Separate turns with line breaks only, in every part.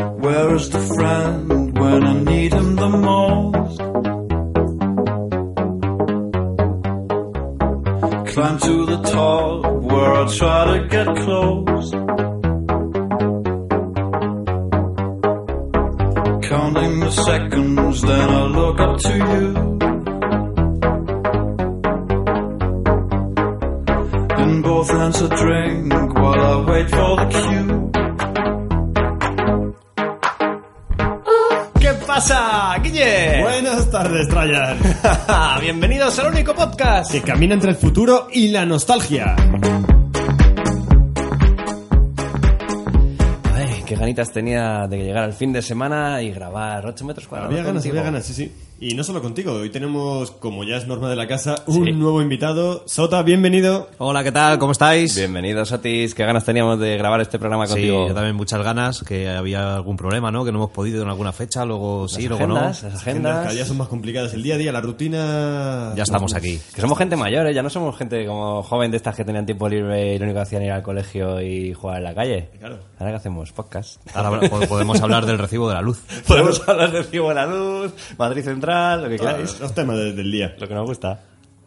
always the friend when I need him the most. Climb to the top where I try to get close. Counting the seconds, then I look up to you. In both hands a drink while I wait for the cue.
¿Qué pasa, Guille?
Buenas tardes, Trajan.
Eh. Bienvenidos al único podcast.
Que camina entre el futuro y la nostalgia.
Ay, qué ganitas tenía de llegar al fin de semana y grabar 8 metros cuadrados.
Había ganas,
contigo.
había ganas, sí, sí. Y no solo contigo, hoy tenemos, como ya es norma de la casa, un
Sí.
nuevo invitado. Sota, bienvenido.
Hola, ¿qué tal? ¿Cómo estáis?
Bienvenidos, Otis. Qué ganas teníamos de grabar este programa
Sí,
contigo.
yo también muchas ganas, que había algún problema, ¿no? Que no hemos podido en alguna fecha, luego sí,
Las
luego no.
agendas, las
Cada día
agendas.
son más complicadas el día a día, la rutina...
Ya estamos aquí.
Que somos gente mayor, ¿eh? ya no somos gente como joven de estas que tenían tiempo libre y lo único que hacían era ir al colegio y jugar en la calle.
Claro.
Ahora que hacemos podcast.
Ahora po- podemos hablar del recibo de la luz.
Podemos hablar de Cibo de la Luz, Madrid Central, lo que
Claro,
queráis.
Los temas de- del día.
Lo que nos gusta.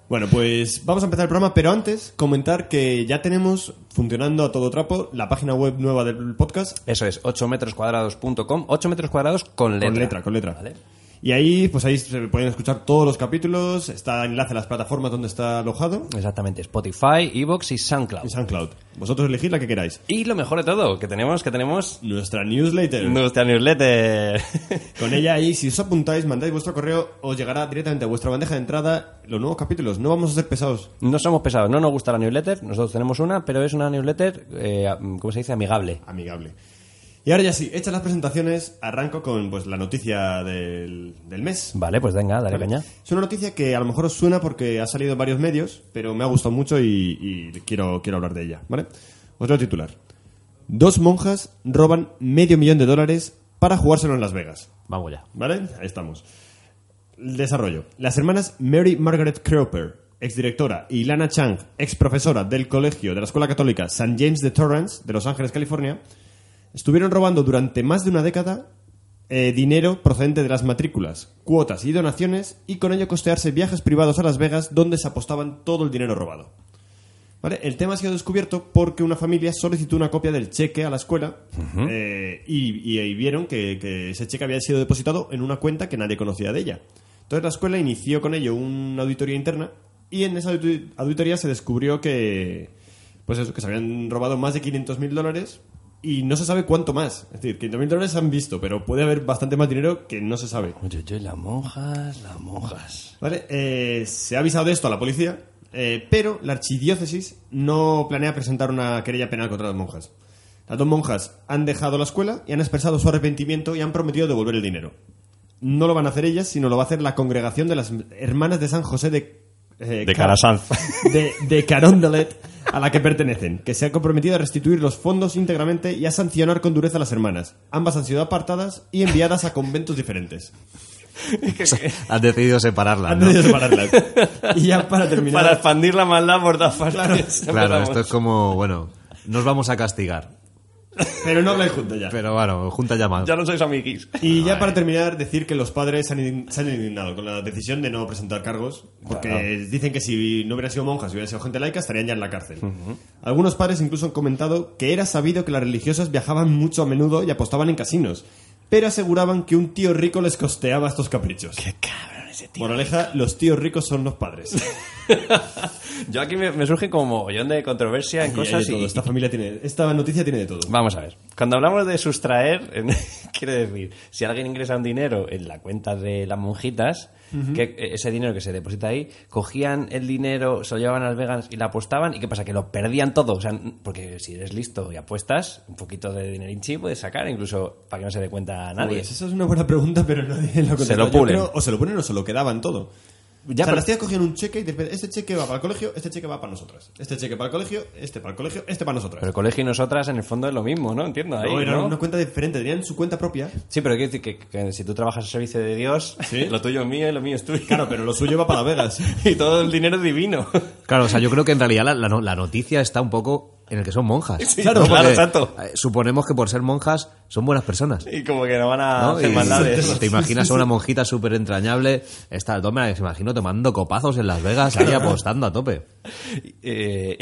Bueno, pues vamos a empezar el programa, pero antes comentar que ya tenemos funcionando a todo trapo la página web nueva del podcast
Eso es, 8 metros cuadrados.com, 8 metros cuadrados con letra.
Con letra, con letra.
¿Vale?
Y ahí, pues ahí se pueden escuchar todos los capítulos, está enlace a las plataformas donde está alojado,
Exactamente, Spotify, Evox y
y
SoundCloud.
SoundCloud. Vosotros elegid la que queráis.
Y lo mejor de todo, que tenemos, que tenemos
Nuestra newsletter.
nuestra newsletter.
Con ella ahí, si os apuntáis, mandáis vuestro correo, os llegará directamente a vuestra bandeja de entrada los nuevos capítulos. No vamos a ser pesados.
No somos pesados, no nos gusta la newsletter, nosotros tenemos una, pero es una newsletter, eh, ¿cómo se dice? Amigable.
Amigable. Y ahora ya sí, hechas las presentaciones, arranco con pues la noticia del, del mes.
Vale, pues venga, dale caña.
Es una noticia que a lo mejor os suena porque ha salido en varios medios, pero me ha gustado mucho y, y quiero, quiero hablar de ella, ¿vale? Os leo el titular. Dos monjas roban medio millón de dólares para jugárselo en Las Vegas,
Vamos ya.
¿vale? Ahí estamos. El Desarrollo. Las hermanas Mary Margaret Cropper, exdirectora, y Lana Chang, ex profesora del colegio de la Escuela Católica St. James de Torrance, de Los Ángeles, California, estuvieron robando durante más de una década eh, dinero procedente de las matrículas, cuotas y donaciones y con ello costearse viajes privados a Las Vegas donde se apostaban todo el dinero robado. ¿Vale? El tema ha sido descubierto porque una familia solicitó una copia del cheque a la escuela eh, y, y ahí vieron que, que ese cheque había sido depositado en una cuenta que nadie conocía de ella. Entonces la escuela inició con ello una auditoría interna y en esa auditu- auditoría se descubrió que, pues eso, que se habían robado más de 500 mil dólares y no se sabe cuánto más. Es decir, 500 mil dólares se han visto, pero puede haber bastante más dinero que no se sabe.
Yo, yo, las monjas, las monjas.
Vale, eh, se ha avisado de esto a la policía, eh, pero la archidiócesis no planea presentar una querella penal contra las monjas. Las dos monjas han dejado la escuela y han expresado su arrepentimiento y han prometido devolver el dinero. No lo van a hacer ellas, sino lo va a hacer la congregación de las hermanas de San José de... eh,
De
Car-
Calasanz.
De, de Carondelet, a la que pertenecen, que se ha comprometido a restituir los fondos íntegramente y a sancionar con dureza a las hermanas. Ambas han sido apartadas y enviadas a conventos diferentes.
Has decidido
Ah,
separarla,
Han
¿no?
decidido separarlas. Y ya para terminar...
Para expandir la maldad por todas partes.
Claro,
Empezamos.
esto es como, bueno, nos vamos a castigar.
Pero no habláis juntos ya.
Pero bueno, junta llama.
Ya no sois amiguis.
Y ya
eh.
para terminar, decir que los padres se han, in- se han indignado con la decisión de no presentar cargos, porque dicen que si no hubieran sido monjas, si hubieran sido gente laica, estarían ya en la cárcel. Algunos padres incluso han comentado que era sabido que las religiosas viajaban mucho a menudo y apostaban en casinos, pero aseguraban que un tío rico les costeaba estos caprichos.
Qué cabrón ese tío.
Moraleja, los tíos ricos son los padres.
Yo aquí me, me surge como mogollón de controversia en
Y hay de
cosas y,
todo. Esta familia tiene, esta noticia tiene de todo.
Vamos a ver. Cuando hablamos de sustraer, en- quiere decir, si alguien ingresa un dinero en la cuenta de las monjitas, que ese dinero que se deposita ahí, cogían el dinero, se lo llevaban a Las Vegas y la apostaban, y qué pasa, que lo perdían todo. O sea, n- porque si eres listo y apuestas, un poquito de dinerinchi puedes sacar, incluso para que no se dé cuenta a nadie.
Pues esa es una buena pregunta, pero nadie lo contesta.
lo
Yo
pulen.
creo- O se lo ponen o se lo quedaban todo.
Ya,
o sea,
pero-
las tías cogían un cheque y de repente, este cheque va para el colegio, este cheque va para nosotras. Este cheque para el colegio, este para el colegio, este para nosotras.
Pero el colegio y nosotras, en el fondo, es lo mismo, ¿no? Entiendo. Ahí,
No, era
¿no?
una cuenta diferente, tenían su cuenta propia.
Sí, pero quiero decir que, que si tú trabajas al servicio de Dios,
Sí.
lo tuyo es mío y lo mío es tuyo.
Claro, pero lo suyo va para Las Vegas.
Y todo el dinero es divino.
Claro, o sea, yo creo que en realidad la, la no- la noticia está un poco en el que son monjas.
Sí, Claro, claro,
Porque,
exacto.
eh, Suponemos que por ser monjas son buenas personas.
Y como que no van a
Ah,
¿no?
hacer
Y
maldades.
Te imaginas a una monjita súper entrañable. Esta toma, me imagino tomando copazos en Las Vegas ahí apostando a tope.
Eh,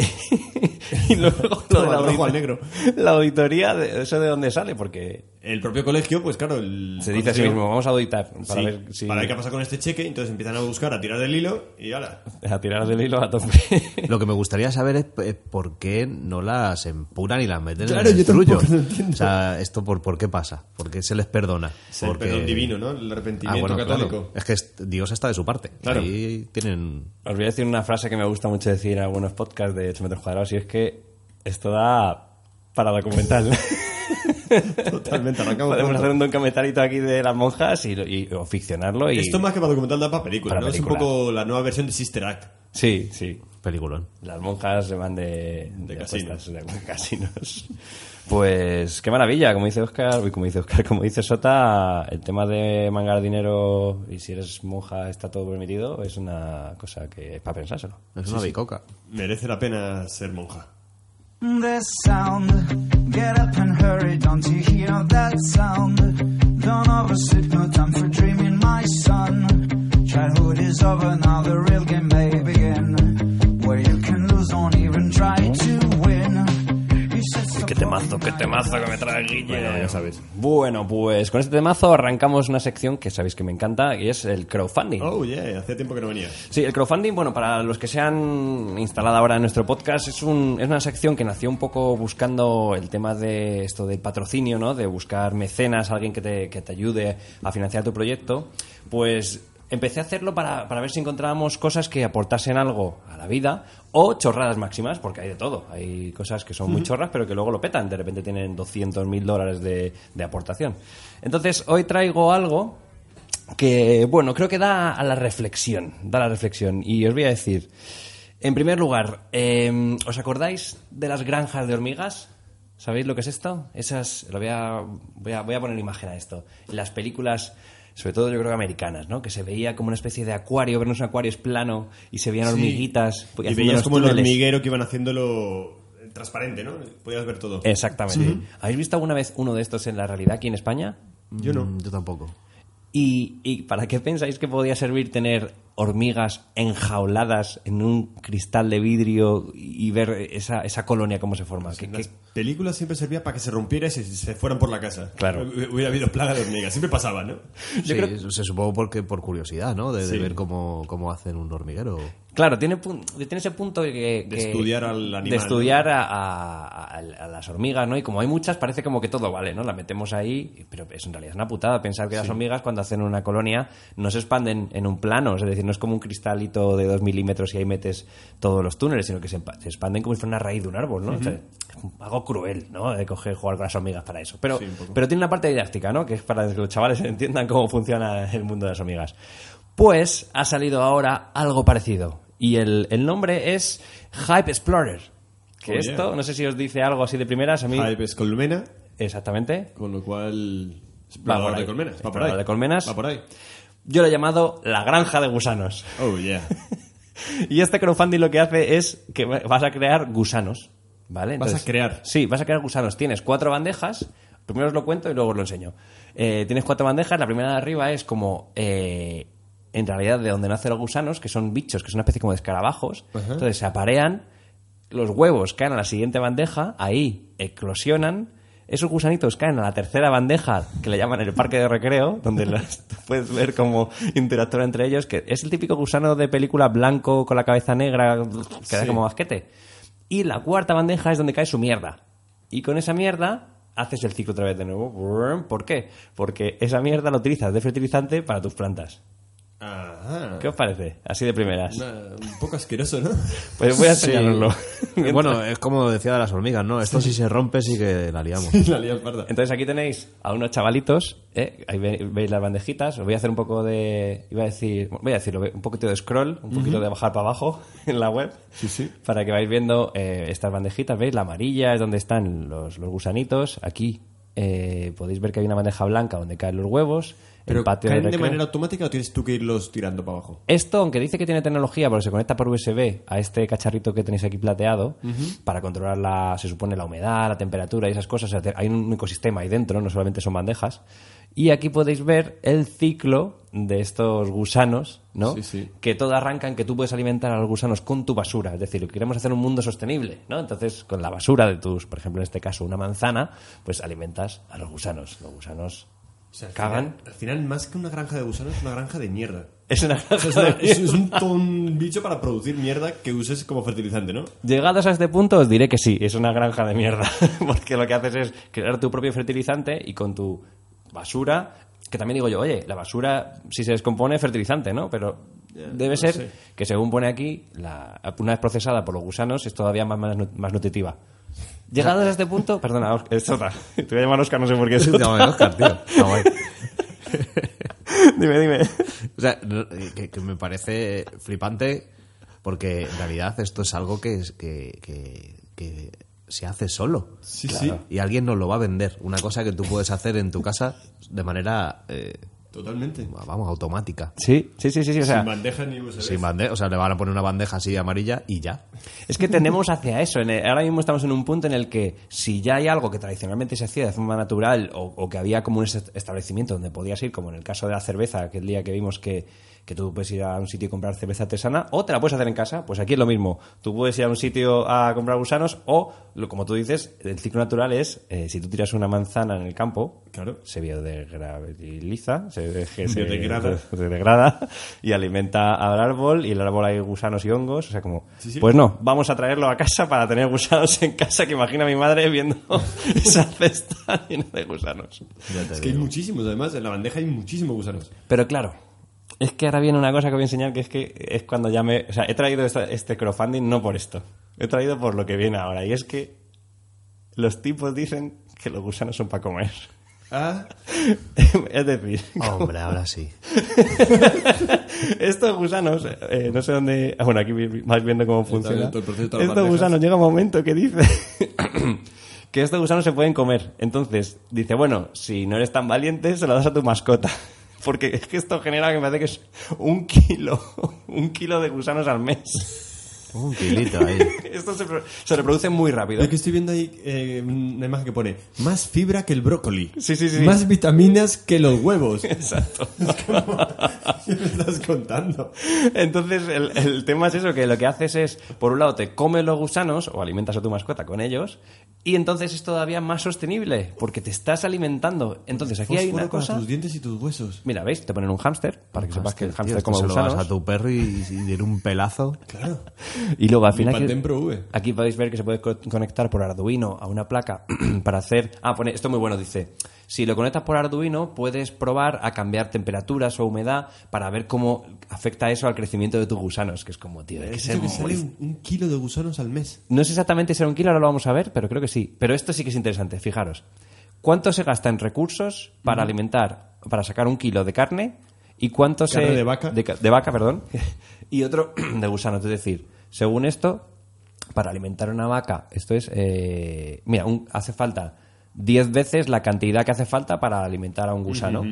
y luego lo de
Toma,
la,
rojo
audit-
al negro.
la auditoría, de- ¿eso de dónde sale? Porque
El propio colegio, pues claro, el
se dice a sí
colegio-
mismo, vamos a auditar
Sí,
para ver si...
qué pasa con este cheque, entonces empiezan a buscar, a tirar del hilo y ala.
A tirar del hilo a tope.
Lo que me gustaría saber es eh, por qué no las empuran y las meten
Claro,
en el
yo tampoco
trullo.
lo entiendo.
O sea, esto por, por qué pasa, por qué se les perdona.
Sí, el
Porque-
perdón divino, ¿no? El
Ah,
arrepentimiento
bueno, claro.
católico.
Es que est- Dios está de su parte.
Claro.
Ahí tienen
Os voy a decir una frase que me gusta mucho decir en algunos podcasts de 8 metros cuadrados y es que esto da para documental.
Totalmente, arrancamos
Podemos
pronto.
hacer un documentalito aquí de las monjas y, y- o ficcionarlo y...
Esto más que para documental da para película,
Para
¿no?
película.
Es un poco la nueva versión de Sister Act.
Sí, sí.
peliculón.
Las monjas se van de, de
casinos.
apuestas, de casinos. Pues qué maravilla, como dice Oscar, uy, como dice Oscar, como dice Sota, el tema de mangar dinero y si eres monja está todo permitido, es una cosa que es para pensárselo.
Es una bicoca.
Merece la pena ser monja.
The sound. Get up and hurry, don't you hear that sound? Don't oversleep, no time for dreaming, my son. Childhood is over, now the real game may begin. Where you can lose, don't even try to win. You said stop
temazo,
holding
qué
on.
temazo que me trae Guille.
Bueno, ya sabes.
Bueno, pues con este temazo arrancamos una sección que sabéis que me encanta y es el crowdfunding.
Oh, yeah, hacía tiempo que no venía.
Sí, el crowdfunding, bueno, para los que se han instalado ahora en nuestro podcast, es, un- es una sección que nació un poco buscando el tema de esto del patrocinio, ¿no? De buscar mecenas, alguien que te, que te ayude a financiar tu proyecto. Pues empecé a hacerlo para, para ver si encontrábamos cosas que aportasen algo a la vida o chorradas máximas, porque hay de todo. Hay cosas que son muy chorras, pero que luego lo petan. De repente tienen 200 mil dólares de, de aportación. Entonces, hoy traigo algo que bueno, creo que da a la reflexión, da a la reflexión. Y os voy a decir, en primer lugar, eh, ¿os acordáis de las granjas de hormigas? ¿Sabéis lo que es esto? Esas, lo voy a, voy a, voy a poner imagen a esto. En las películas, sobre todo yo creo que americanas, ¿no? Que se veía como una especie de acuario, pero no es un acuario, es plano, y se veían hormiguitas.
Y
haciendo
veías
los
como el
túneles.
hormiguero que iban haciéndolo eh, transparente, ¿no? Podías ver
Eh,
todo.
Exactamente. ¿Habéis visto alguna vez uno de estos en la realidad aquí en España?
Yo no.
Mm, Yo tampoco.
¿Y, y para qué pensáis que podía servir tener hormigas enjauladas en un cristal de vidrio y y ver esa, esa colonia cómo se forma? ¿Qué-
En
qué-
Las películas siempre servía para que se rompiera y se, se fueran por la casa.
Claro.
Hu- Hubiera habido plaga de hormigas. Siempre pasaba, ¿no?
Sí, se supongo porque por curiosidad, ¿no? De, de
Sí.
ver cómo, cómo hacen un hormiguero.
Claro, tiene, pun- tiene ese punto que, que-
estudiar al animal,
De estudiar a, a- a- a las hormigas, ¿no? Y como hay muchas, parece como que todo vale, ¿no? La metemos ahí, pero es en realidad es una putada pensar que las hormigas cuando hacen una colonia no se expanden en un plano, es decir, no es como un cristalito de dos milímetros y ahí metes todos los túneles, sino que se, empa- se expanden como si fuera una raíz de un árbol, ¿no? O sea, es algo cruel, ¿no? De coger jugar con las hormigas para eso. Pero, pero tiene una parte didáctica, ¿no? Que es para que los chavales entiendan cómo funciona el mundo de las hormigas. Pues ha salido ahora algo parecido. Y el, el nombre es Hype Explorer. Que
Oye.
esto, no sé si os dice algo así de primeras, a mí.
Hype es colmena,
Exactamente.
con lo cual... es
Va por
explorador
ahí.
de colmenas. Va por
Explorador
ahí.
de colmenas.
Va por ahí.
Yo lo he llamado la granja de gusanos.
Oh, yeah.
Y este crowdfunding lo que hace es que vas a crear gusanos. ¿Vale?
Vas a crear.
Sí, vas a crear gusanos. Tienes cuatro bandejas. Primero os lo cuento y luego os lo enseño. Eh, tienes cuatro bandejas. La primera de arriba es como. eh, en realidad, de donde nacen los gusanos, que son bichos, que son una especie como de escarabajos. Entonces se aparean. Los huevos caen a la siguiente bandeja. Ahí eclosionan. Esos gusanitos caen a la tercera bandeja, que le llaman el parque de recreo, donde las- puedes ver cómo interactúan entre ellos, que es el típico gusano de película blanco con la cabeza negra, que da como basquete. Y la cuarta bandeja es donde cae su mierda. Y con esa mierda haces el ciclo otra vez de nuevo. Brum. ¿Por qué? Porque esa mierda la utilizas de fertilizante para tus plantas.
Ajá.
¿Qué os parece? Así de primeras.
Una- un poco asqueroso, ¿no?
Eh,
Pues voy a
Sí.
enseñaroslo. Mientras-
bueno, es como decía de las hormigas, ¿no? Esto si se rompe sí que la liamos.
la lías parda.
Entonces aquí tenéis a unos chavalitos, ¿eh? ahí ve- veis las bandejitas, os voy a hacer un poco de, iba a decir, voy a decirlo, un poquito de scroll, un poquito de bajar para abajo en la web, para que vais viendo eh, estas bandejitas, veis, la amarilla es donde están los, los gusanitos, aquí eh, podéis ver que hay una bandeja blanca donde caen los huevos.
Pero
el patio
¿caen de,
recreo.
manera automática o tienes tú que irlos tirando para abajo?
Esto, aunque dice que tiene tecnología porque se conecta por USB a este cacharrito que tenéis aquí plateado para controlar la, se supone, la humedad, la temperatura y esas cosas. O sea, te- hay un ecosistema ahí dentro, no solamente son bandejas. Y aquí podéis ver el ciclo de estos gusanos, ¿no?
Sí, sí.
Que todo arrancan, que tú puedes alimentar a los gusanos con tu basura. Es decir, queremos hacer un mundo sostenible, ¿no? Entonces, con la basura de tus, por ejemplo, en este caso, una manzana, pues alimentas a los gusanos. Los gusanos cagan.
Al final, más que una granja de gusanos, es una granja de mierda.
Es una
O sea, es, una- es- es un, todo un bicho para producir mierda que uses como fertilizante, ¿no?
Llegados a este punto os diré que sí, es una granja de mierda, porque lo que haces es crear tu propio fertilizante y con tu basura, que también digo yo, oye, la basura si se descompone es fertilizante, ¿no? Pero debe ser que según pone aquí, la, una vez procesada por los gusanos es todavía más, más, nu- más nutritiva. Llegados a este punto, perdona, Os- es otra. Te voy a llamar Oscar, no sé por qué es otra.
Llámame Oscar, tío. Está guay.
dime, dime.
O sea, no, eh, que, que me parece flipante porque en realidad esto es algo que, es- que, que- que se hace solo.
Sí, Claro.
Y alguien nos lo va a vender. Una cosa que tú puedes hacer en tu casa de manera, eh,
Totalmente.
vamos, automática.
Sí, sí, sí, sí, sí, o sea,
Sin bandeja ni USB.
Sin bandeja, o sea, le van a poner una bandeja así amarilla y ya.
Es que tendemos hacia eso. En el- ahora mismo estamos en un punto en el que si ya hay algo que tradicionalmente se hacía de forma natural o, o que había como un est- establecimiento donde podías ir, como en el caso de la cerveza, aquel día que vimos que, que tú puedes ir a un sitio y comprar cerveza artesana, o te la puedes hacer en casa, pues aquí es lo mismo. Tú puedes ir a un sitio a comprar gusanos o, lo- como tú dices, el ciclo natural es, eh, si tú tiras una manzana en el campo,
Claro.
se biodegradabiliza, se, de- que se-
Biodegrada.
se degrada y alimenta al árbol y el árbol hay gusanos y hongos, o sea como
Sí, sí.
pues no, vamos a traerlo a casa para tener gusanos en casa que imagina mi madre viendo esa cesta llena de gusanos.
Es que hay muchísimos, además, en la bandeja hay muchísimos gusanos.
Pero claro, es que ahora viene una cosa que voy a enseñar que es que es cuando ya me, o sea, he traído esta- este crowdfunding no por esto, he traído por lo que viene ahora y es que los tipos dicen que los gusanos son para comer.
Ah,
es decir,
Hombre, ahora sí.
Estos gusanos, eh, no sé dónde. ah, Bueno, aquí vi- más viendo cómo funciona.
todo el proceso de todas las
Estos
bandejas.
gusanos llega un momento que dice que estos gusanos se pueden comer. Entonces, dice, bueno, si no eres tan valiente, se lo das a tu mascota. Porque es que esto genera que me parece que es un kilo, un kilo de gusanos al mes.
Un kilito ahí.
Esto se, pro- se reproduce muy rápido.
lo que estoy viendo ahí, eh, una imagen que pone, más fibra que el brócoli.
Sí, sí, sí.
Más vitaminas que los huevos.
Exacto.
¿Qué me estás contando?
Entonces, el, el tema es eso, que lo que haces es, por un lado, te comes los gusanos o alimentas a tu mascota con ellos, y entonces es todavía más sostenible, porque te estás alimentando. Entonces, Pues aquí hay
Fósforo
una
para
cosa...
tus dientes y tus huesos.
Mira, ¿veis? Te ponen un hámster, para que sepas que el
Tío,
hámster
esto
come
se lo das
gusanos.
a tu perro y, y tiene un pelazo.
Claro.
Y luego, al
Mi
final...
Pantene Pro V.
Aquí podéis ver que se puede co- conectar por Arduino a una placa para hacer. Ah, pone, esto es muy bueno, dice. Si lo conectas por Arduino, puedes probar a cambiar temperaturas o humedad para ver cómo afecta eso al crecimiento de tus gusanos, que es como, tío, hay que
Es
ser
eso que
muy
sale un, un kilo de gusanos al mes.
No sé exactamente si era un kilo, ahora lo vamos a ver, pero creo que sí. Pero esto sí que es interesante, fijaros. ¿Cuánto se gasta en recursos para alimentar, para sacar un kilo de carne? ¿Y cuánto
Carne
se.
de vaca.
De, ca- de vaca, perdón. y otro de gusano. Es decir, según esto, para alimentar una vaca, esto es. eh, mira, un- hace falta 10 veces la cantidad que hace falta para alimentar a un gusano.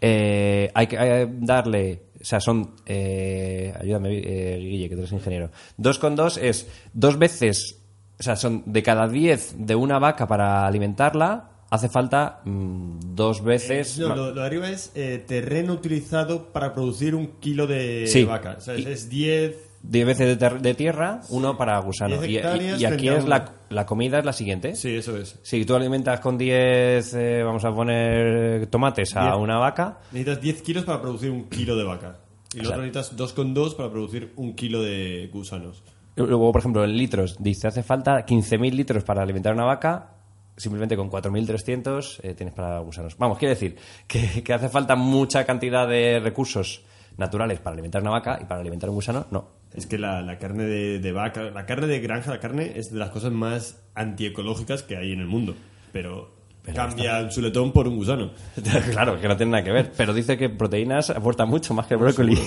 Eh, hay que eh, darle. O sea, son. eh, ayúdame, eh, Guille, que tú eres ingeniero. Dos con dos es dos veces. O sea, son de cada 10 de una vaca para alimentarla, hace falta mm, dos veces.
Eh, No,
ma-
lo, lo de arriba es eh, terreno utilizado para producir un kilo de
Sí.
vaca. O sea, es-
Y-
es 10...
10 veces de, ter- de tierra, uno para gusano.
Diez
Y, y-
hectáreas
y aquí
frente a
es
uno.
la, la comida es la siguiente.
Sí, eso es.
Si tú alimentas con 10, eh, vamos a poner eh, tomates a
Diez.
una vaca,
Necesitas 10 kilos para producir un kilo de vaca. Y luego
Claro.
necesitas 2,2 para producir un kilo de gusanos.
luego, por ejemplo, en litros, dice, hace falta 15.000 litros para alimentar una vaca, simplemente con 4.300 eh, tienes para gusanos. Vamos, quiere decir que, que hace falta mucha cantidad de recursos naturales para alimentar una vaca y para alimentar un gusano, no.
Es que la, la carne de, de vaca, la carne de granja, la carne es de las cosas más antiecológicas que hay en el mundo. Pero
Pero
Cambia el chuletón por un gusano.
Claro, que no tiene nada que ver. Pero dice que proteínas aportan mucho más que el brócoli.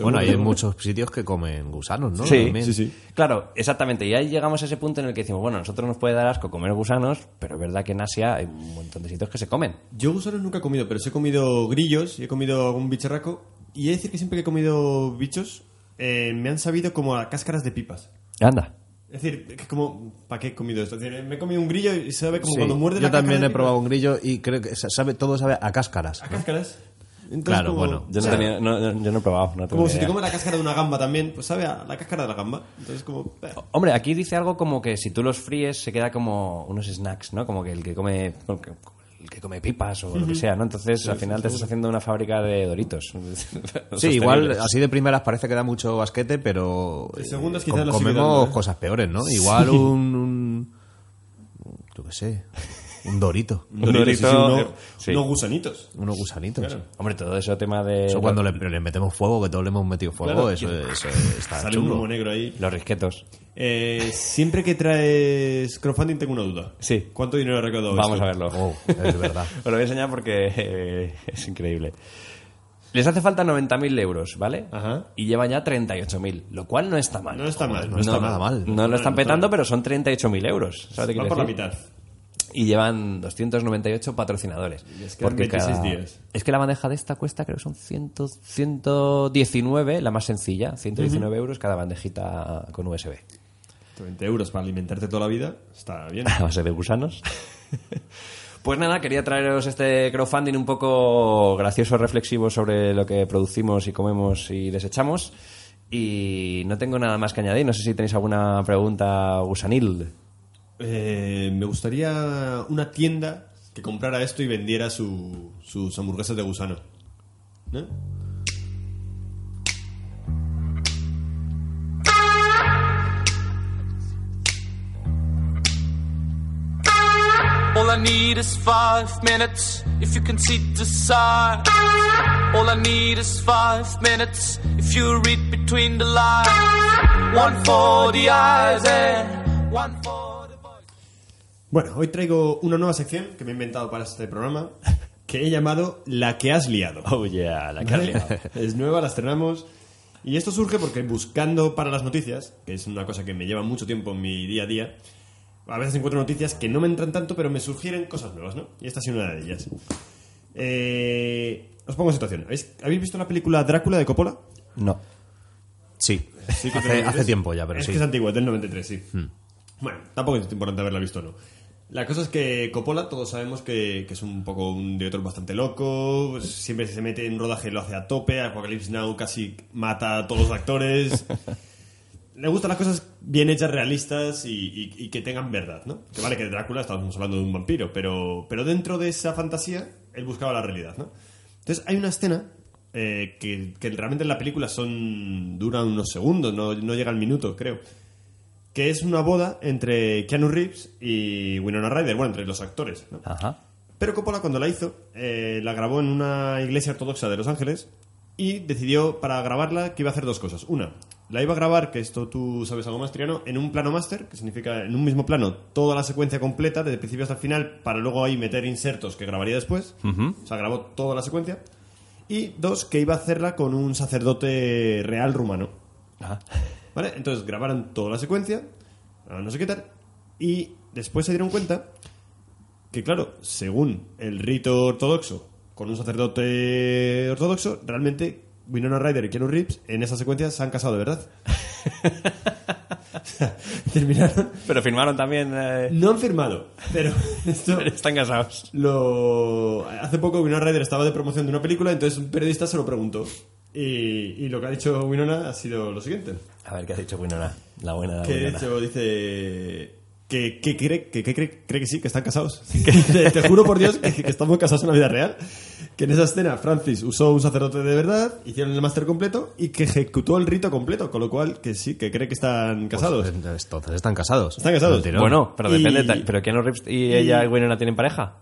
Bueno, hay en muchos sitios que comen gusanos, ¿no?
Sí,
También.
sí, sí.
Claro, exactamente. Y ahí llegamos a ese punto en el que decimos, bueno, a nosotros nos puede dar asco comer gusanos, pero es verdad que en Asia hay un montón de sitios que se comen.
Yo gusanos nunca he comido, pero sí he comido grillos y he comido algún bicharraco. Y he de decir que siempre que he comido bichos, eh, me han sabido como a cáscaras de pipas.
Anda.
Es decir, que como, ¿para qué he comido esto? Es decir, me he comido un grillo y sabe como
Sí.
cuando muerde
Yo
la cáscara
también
de
he
pipa.
probado un grillo y creo que sa- sabe, todo sabe a cáscaras.
¿A cáscaras? Entonces,
Claro,
como-
bueno,
Yo no,
o sea,
tenía- no- no- yo no he probado. no tengo
Como
ni
si te
idea.
comes la cáscara de una gamba también, pues sabe a la cáscara de la gamba. Entonces, como. eh.
Hombre, aquí dice algo como que si tú los fríes se queda como unos snacks, ¿no? Como que el que come el que come pipas o lo que sea, ¿no? Entonces al final te estás haciendo una fábrica de doritos.
Sí, igual así de primeras parece que da mucho basquete, pero
De
eh,
segundas
com-
quizás lo sigue
comemos
dando, ¿eh?
cosas peores, ¿no? Igual un, un- yo qué sé, un dorito,
Mm.
Un dorito, eh,
sí, sí, uno-
sí.
unos gusanitos.
unos gusanitos.
Claro.
Hombre, todo eso tema de
Eso cuando le, le metemos fuego, que todos le hemos metido fuego,
Claro,
eso,
que-
eso
Ah,
está
Sale un humo
chungo.
negro ahí.
los risquetos.
Eh, siempre que traes crowdfunding, tengo una duda.
Sí.
¿Cuánto dinero ha recaudado
Vamos
esto?
a verlo.
Oh, es verdad.
Os lo voy a enseñar porque eh, es increíble. Les hace falta 90.000 euros, ¿vale?
Ajá.
Y llevan ya 38.000, lo cual no está mal.
No está mal, no
no está nada mal.
No lo están
no está
petando,
mal.
pero son 38.000 euros. ¿sabes lo que quiero
Van por la
decir?
mitad.
y llevan 298 patrocinadores.
les quedan 26 días.
Es que la bandeja de esta cuesta creo que son 100, 119, la más sencilla, 119 euros cada bandejita con USB.
20 euros para alimentarte toda la vida. Está bien.
A base de gusanos. Pues nada, quería traeros este crowdfunding un poco gracioso, reflexivo sobre lo que producimos y comemos y desechamos. Y no tengo nada más que añadir. No sé si tenéis alguna pregunta, gusanil.
Eh, me gustaría una tienda que comprara esto y vendiera su- sus hamburguesas de gusano. ¿No?
All I need is five minutes if you can see the side. All I need is five minutes if you read between the lines. One for the eyes and one for the voice.
Bueno, hoy traigo una nueva sección que me he inventado para este programa que he llamado La que has liado.
Oh, yeah, la Carlia.
es nueva, la estrenamos. Y esto surge porque buscando para las noticias, que es una cosa que me lleva mucho tiempo en mi día a día, a veces encuentro noticias que no me entran tanto, pero me sugieren cosas nuevas, ¿no? Y esta ha sido una de ellas. Eh, os pongo en situación. ¿Habéis, habéis visto la película Drácula de Coppola?
No.
Sí,
Sí que
hace,
tenéis.
hace tiempo ya, pero
es
sí. Hmm.
que es antigua, es del 93, sí. Bueno, tampoco es importante haberla visto o no. La cosa es que Coppola, todos sabemos que, que es un poco un director bastante loco, pues, siempre se mete en rodaje lo hace a tope, Apocalypse Now casi mata a todos los actores. Le gustan las cosas bien hechas, realistas y, y- y que tengan verdad, ¿no? Que vale que Drácula estábamos hablando de un vampiro, pero, pero dentro de esa fantasía él buscaba la realidad, ¿no? Entonces hay una escena eh, que, que realmente en la película son dura unos segundos, no, no llega al minuto, creo. Que es una boda entre Keanu Reeves y Winona Ryder, bueno, entre los actores, ¿no?
Ajá.
Pero Coppola cuando la hizo, eh, la grabó en una iglesia ortodoxa de Los Ángeles y decidió para grabarla que iba a hacer dos cosas. Una, la iba a grabar, que esto tú sabes algo más, Triano, en un plano máster, que significa en un mismo plano toda la secuencia completa, desde el principio hasta el final, para luego ahí meter insertos que grabaría después. O sea, grabó toda la secuencia. Y dos, que iba a hacerla con un sacerdote real rumano. ¿Vale? Entonces grabaron toda la secuencia, a no sé qué tal, y después se dieron cuenta que, claro, según el rito ortodoxo, con un sacerdote ortodoxo, realmente Winona Ryder y Keanu Reeves en esa secuencia se han casado de verdad. O sea, Terminaron.
Pero firmaron también. eh,
No han firmado, pero esto
están casados.
lo hace poco Winona Ryder estaba de promoción de una película, entonces un periodista se lo preguntó. Y, y lo que ha dicho Winona ha sido lo siguiente.
A ver qué ha dicho Winona. La buena de
Que de
Winona.
hecho dice que, que cree, que, que cree, cree que sí, que están casados. te, te juro por Dios que, que estamos casados en la vida real. Que en esa escena Francis usó un sacerdote de verdad, hicieron el máster completo y que ejecutó el rito completo, con lo cual que sí, que cree que están
Pues,
casados.
entonces están casados.
Están casados.
Del tirón.
Bueno, pero
Y-
depende. ta- ¿Pero Keanu Reeves y ella y Winona tienen pareja?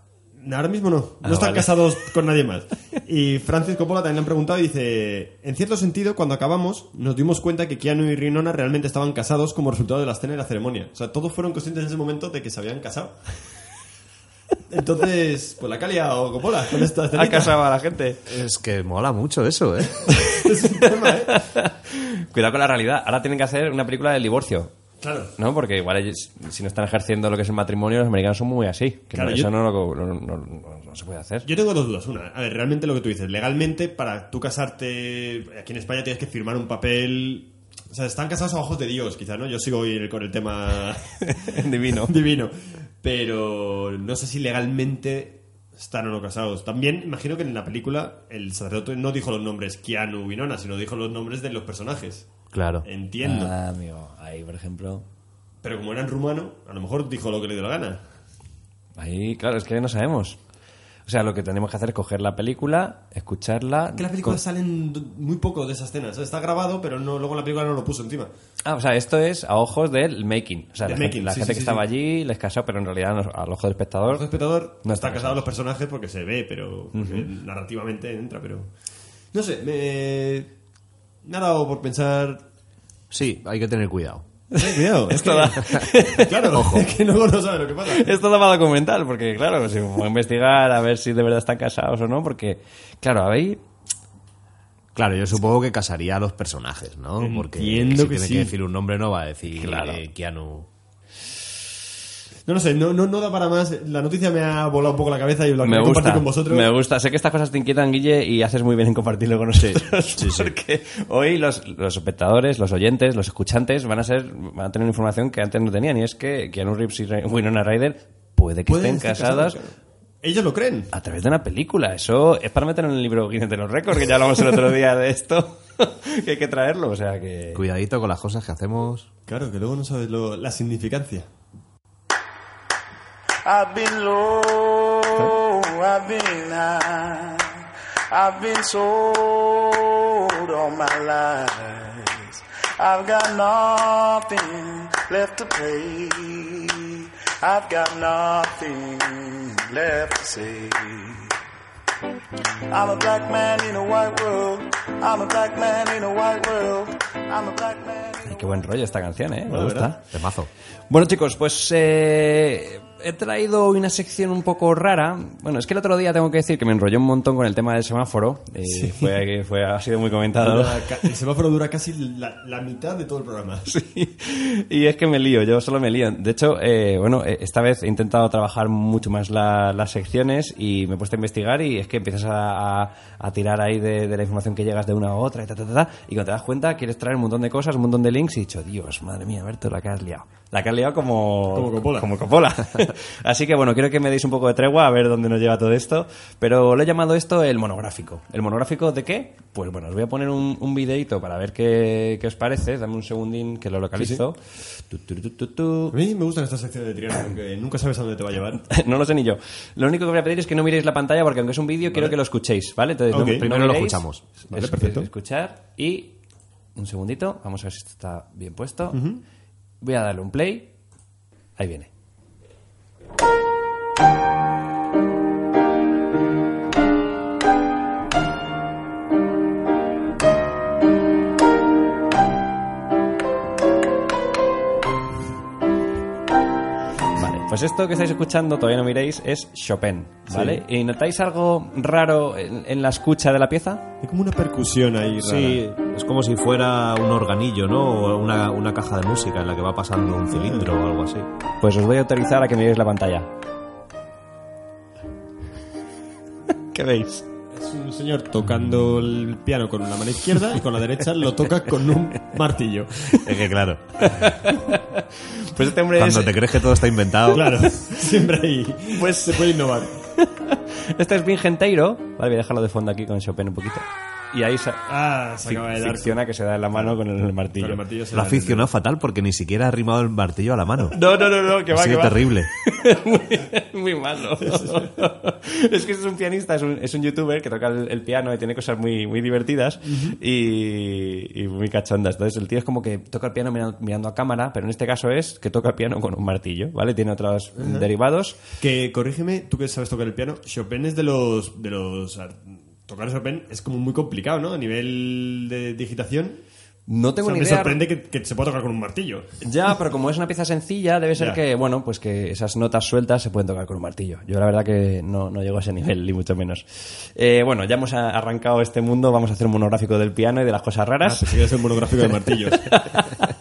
Ahora mismo no, no
Ah,
están
vale.
casados con nadie más. Y Francis Coppola también le han preguntado y dice, en cierto sentido, cuando acabamos, nos dimos cuenta que Keanu y Rinona realmente estaban casados como resultado de la escena y la ceremonia. O sea, todos fueron conscientes en ese momento de que se habían casado. Entonces, pues la calia o Coppola con
Ha
estas escenitas.
casado a la gente.
Es que mola mucho eso, ¿eh?
Es un tema, ¿eh?
Cuidado con la realidad. Ahora tienen que hacer una película del divorcio.
Claro.
¿No? Porque igual ellos, si no están ejerciendo lo que es el matrimonio, los americanos son muy así. Que
Claro,
no-
yo-
eso no, lo- no- no- no- no se puede hacer.
Yo tengo dos dudas. Una, a ver, realmente lo que tú dices, legalmente para tú casarte aquí en España tienes que firmar un papel... O sea, están casados a ojos de Dios, quizás, ¿no? Yo sigo hoy el- con el tema
Divino.
divino. Pero no sé si legalmente están o no casados. También imagino que en la película el sacerdote no dijo los nombres Keanu y Nona, sino dijo los nombres de los personajes.
Claro.
Entiendo.
Ah, amigo. Ahí, por ejemplo.
Pero como eran rumano, a lo mejor dijo lo que le dio la gana.
Ahí, claro, es que no sabemos. O sea, lo que tenemos que hacer es coger la película, escucharla.
Que las películas salen d- muy poco de esas escenas. Está grabado, pero no, luego la película no lo puso encima.
con- Ah, o sea, esto es a ojos del making. O sea,
Del
la, gente,
making,
la
sí,
gente
sí,
que
sí,
estaba
sí.
allí les casó, pero en realidad no- al ojo del espectador.
El espectador
No
no
está
está casado los personajes porque se ve, pero porque narrativamente entra, pero. No sé, me. Me ha dado por pensar.
Sí, hay que tener cuidado.
Eh, cuidado, es
Esto
que- Claro, es que luego no sabe lo que pasa.
Esto da para documental, porque claro, si vamos a investigar a ver si de verdad están casados o no, porque, claro, ahí
Claro, yo supongo que casaría a los personajes, ¿no? Porque
Entiendo
si
que
tiene
sí.
que decir un nombre no va a decir
Claro.
eh, Keanu.
No, no sé, no, no, no da para más. La noticia me ha volado un poco la cabeza y la
me
quiero compartir
gusta.
con vosotros.
Me gusta. Sé que estas cosas te inquietan, Guille, y haces muy bien en compartirlo con nosotros. porque hoy los, los espectadores, los oyentes, los escuchantes van a ser, van a tener información que antes no tenían, y es que Keanu Reeves y Ra- Winona Ryder puede que
Pueden
estén
estar
casadas.
casados, claro. Ellos lo creen.
A través de una película, eso es para meter en el libro Guinness de los récords, que ya hablamos el otro día de esto, que hay que traerlo, o sea que...
Cuidadito con las cosas que hacemos.
Claro, que luego no sabes lo- la significancia.
I've been low, I've been high, I've been sold all my life. I've got nothing left to pay. I've got nothing left to say. I'm a black man in a white world. I'm a black man in a white world. I'm a black man. In a
Qué buen rollo esta canción, ¿eh? Me
Bueno,
gusta.
¿verdad?
Temazo.
Bueno, chicos, pues eh, he traído hoy una sección un poco rara. Bueno, es que el otro día tengo que decir que me enrollé un montón con el tema del semáforo. Eh, fue, fue- ha sido muy comentado.
Dura ca- El semáforo dura casi la, la mitad de todo el programa.
y es que me lío, yo solo me lío. De hecho, eh, bueno, eh, esta vez he intentado trabajar mucho más la- las secciones y me he puesto a investigar y es que empiezas a, a- a tirar ahí de, de la información que llegas de una a otra y ta, ta, ta, ta. y cuando te das cuenta quieres traer un montón de cosas, un montón de links y he dicho, Dios, madre mía, Berto, la que has liado. La que has liado como...
Como Coppola.
Como Coppola. Así que bueno, quiero que me deis un poco de tregua a ver dónde nos lleva todo esto, pero lo he llamado esto el monográfico. ¿El monográfico de qué? Pues bueno, os voy a poner un, un videito para ver qué, qué os parece, dame un segundín que lo localizo. Tu, tu, tu, tu, tu.
A mí me gustan estas secciones de triángulo, porque nunca sabes a dónde te va a llevar.
No lo sé ni yo. Lo único que voy a pedir es que no miréis la pantalla porque aunque es un vídeo quiero que lo escuchéis, ¿vale? Entonces,
Ok.
no, no
Primero lo
miréis.
escuchamos.
Vale,
Es-
perfecto.
Escuchar y un segundito, vamos a ver si esto está bien puesto. Voy a darle un play. Ahí viene. Vale, pues esto que estáis escuchando, todavía no miréis, es Chopin, ¿vale? ¿Y notáis algo raro en, en la escucha de la pieza?
Hay como una percusión ahí. Rara.
Sí, es como si fuera un organillo, ¿no? O una, una caja de música en la que va pasando un cilindro o algo así.
Pues os voy a autorizar a que miréis la pantalla. ¿Qué veis?
Es un señor tocando el piano con la mano izquierda y con la derecha lo toca con un martillo.
Es que claro,
Pues este hombre es,
cuando te crees que todo está inventado,
Claro, siempre ahí.
Pues-
se puede innovar.
este es Vingenteiro. Vale, voy a dejarlo de fondo aquí con Chopin un poquito. Y ahí se
Ah, se acaba de dar.
ficciona que se da en la mano con el
Con
martillo.
el martillo se
lo ha
da.
aficionado fatal porque ni siquiera ha arrimado el martillo a la mano.
No, no, no, no, que
Ha
va, que
sido
va.
terrible.
muy malo. es que es un pianista, es un, es un youtuber que toca el, el piano y tiene cosas muy, muy divertidas y, y muy cachondas. Entonces el tío es como que toca el piano mira- mirando, a cámara, pero en este caso es que toca el piano con un martillo, ¿vale? Tiene otros derivados.
Que corrígeme, tú que sabes tocar el piano, Chopin es de los. de los ar- Tocar Chopin es como muy complicado, ¿no? A nivel de digitación.
No
O
tengo
sea,
ni
me
idea.
sorprende que, que se pueda tocar con un martillo.
Ya, pero como es una pieza sencilla, debe ser
Ya.
que, bueno, pues que esas notas sueltas se pueden tocar con un martillo. Yo la verdad que no, no llego a ese nivel, ni mucho menos. Eh, bueno, ya hemos a- arrancado este mundo, vamos a hacer un monográfico del piano y de las cosas
Ah,
raras.
pues quería hacer un monográfico de martillos.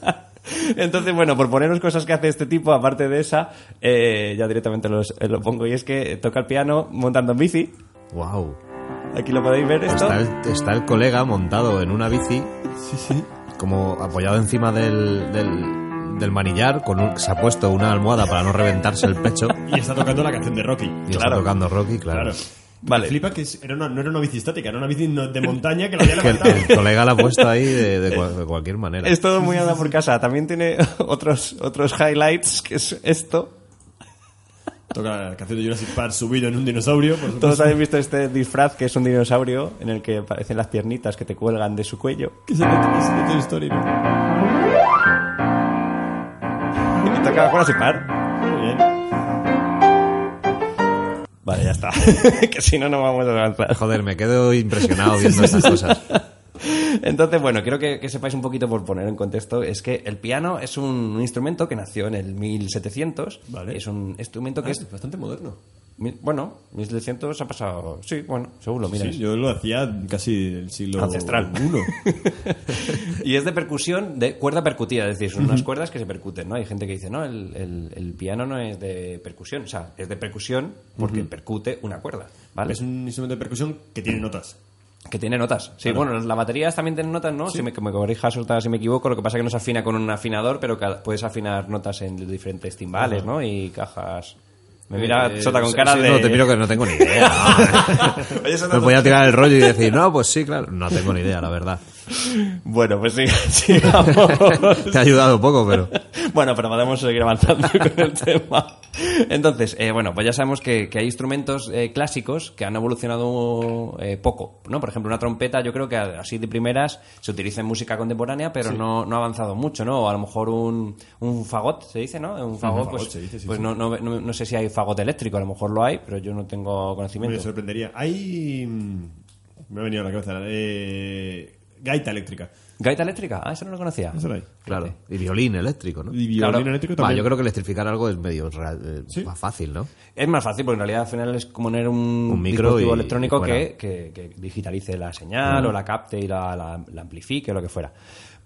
Entonces, bueno, por poneros cosas que hace este tipo, aparte de esa, eh, ya directamente los- eh, lo pongo. Y es que toca el piano montando en bici.
Wow.
Aquí lo podéis ver esto.
Está el, está el colega montado en una bici. Como apoyado encima del, del, del manillar. Con un- se ha puesto una almohada para no reventarse el pecho.
y está tocando la canción de Rocky.
Y está tocando Rocky, claro.
Claro.
Vale.
Me flipa que es- era una- no era una bici estática, era una bici no- de montaña que la había
Que el,
levantado.
el colega la ha puesto ahí de, de cua- de cualquier manera.
Es todo muy anda por casa. También tiene otros, otros highlights, que es esto.
Toca la canción de Jurassic Park subido en un dinosaurio. Por supuesto.
Todos habéis visto este disfraz que es un dinosaurio en el que aparecen las piernitas que te cuelgan de su cuello.
Que se le- que se le- Toy Story, ¿no?
Y me toca Jurassic Park.
Muy bien.
Vale, ya está. que si no, no vamos a avanzar.
Joder, me quedo impresionado viendo estas cosas.
Entonces, bueno, creo que, que sepáis un poquito por poner en contexto, es que el piano es un instrumento que nació en el 1700.
Vale.
Es un instrumento que
Ah,
es...
es bastante moderno.
mi- Bueno, 1700 ha pasado... Sí, bueno, seguro, Pues mira.
Sí, yo lo hacía casi del siglo
Ancestral.
uno.
y es de percusión, de cuerda percutida, es decir, son unas cuerdas que se percuten, ¿no? Hay gente que dice, no, el, el- el piano no es de percusión, o sea, es de percusión porque percute una cuerda, ¿vale?
Es un instrumento de percusión que tiene notas.
Que tiene notas. Sí, bueno, las baterías también tienen notas, ¿no? Si me, que me corrijas ahorita si me equivoco, lo que pasa es que no se afina con un afinador, pero ca- puedes afinar notas en diferentes timbales, ¿no? Y cajas... Me mira
Eh,
Sota con
sí,
cara
sí,
de...
No, te miro que no tengo ni idea.
Oye, Sota,
Me voy a tirar el rollo y decir, no, pues sí, claro. No tengo ni idea, la verdad.
Bueno, pues sí, sigamos.
Te ha ayudado poco, pero.
Bueno, pero podemos seguir avanzando con el tema. Entonces, eh, bueno, pues ya sabemos que, que hay instrumentos eh, clásicos que han evolucionado eh, poco, ¿no? Por ejemplo, una trompeta, yo creo que así de primeras se utiliza en música contemporánea, pero no, no ha avanzado mucho, ¿no? O a lo mejor un, un fagot, se dice, ¿no? Un fagot,
fagot
pues,
se dice, sí,
pues
sí.
No, no, no- no sé si hay fagot eléctrico, a lo mejor lo hay, pero yo no tengo
Me
conocimiento.
sorprendería. Hay. mm, Me ha venido a la cabeza. Eh, gaita eléctrica.
¿Gaita eléctrica? Ah, eso no lo conocía.
Eso lo hay.
Claro. Y violín eléctrico, ¿no?
Y violín
Claro.
eléctrico
Va,
también.
yo creo que electrificar algo es medio ra- eh,
Sí.
más fácil, ¿no?
Es más fácil porque en realidad al final es como poner un,
micro
dispositivo
y- y
electrónico
fuera.
que, que- que digitalice la señal o la capte y la, la- la amplifique o lo que fuera.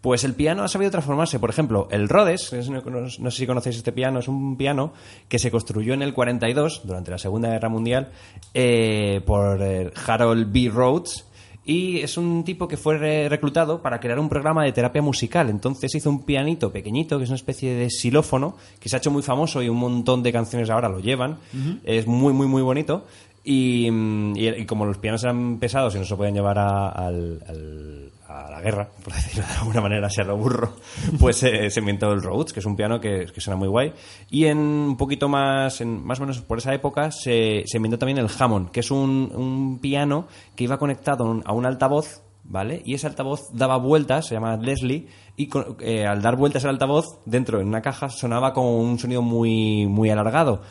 Pues el piano ha sabido transformarse. Por ejemplo, el Rhodes, es una- no, no sé si conocéis este piano, es un piano que se construyó en el 42, durante la Segunda Guerra Mundial, eh, por eh, Harold B. Rhodes. Y es un tipo que fue re- reclutado para crear un programa de terapia musical. Entonces hizo un pianito pequeñito, que es una especie de xilófono, que se ha hecho muy famoso y un montón de canciones ahora lo llevan. Es muy, muy, muy bonito. Y, mm, y- y como los pianos eran pesados y no se podían llevar a, al- al- a la guerra, por decirlo de alguna manera, sea lo burro, pues eh, se inventó el Rhodes, que es un piano que, que suena muy guay. Y en un poquito más, en, más o menos por esa época, se, se inventó también el Hammond, que es un, un piano que iba conectado a un- a un altavoz, ¿vale? Y ese altavoz daba vueltas, se llamaba Leslie, y con- eh, al dar vueltas al altavoz, dentro en una caja, sonaba como un sonido muy, muy alargado.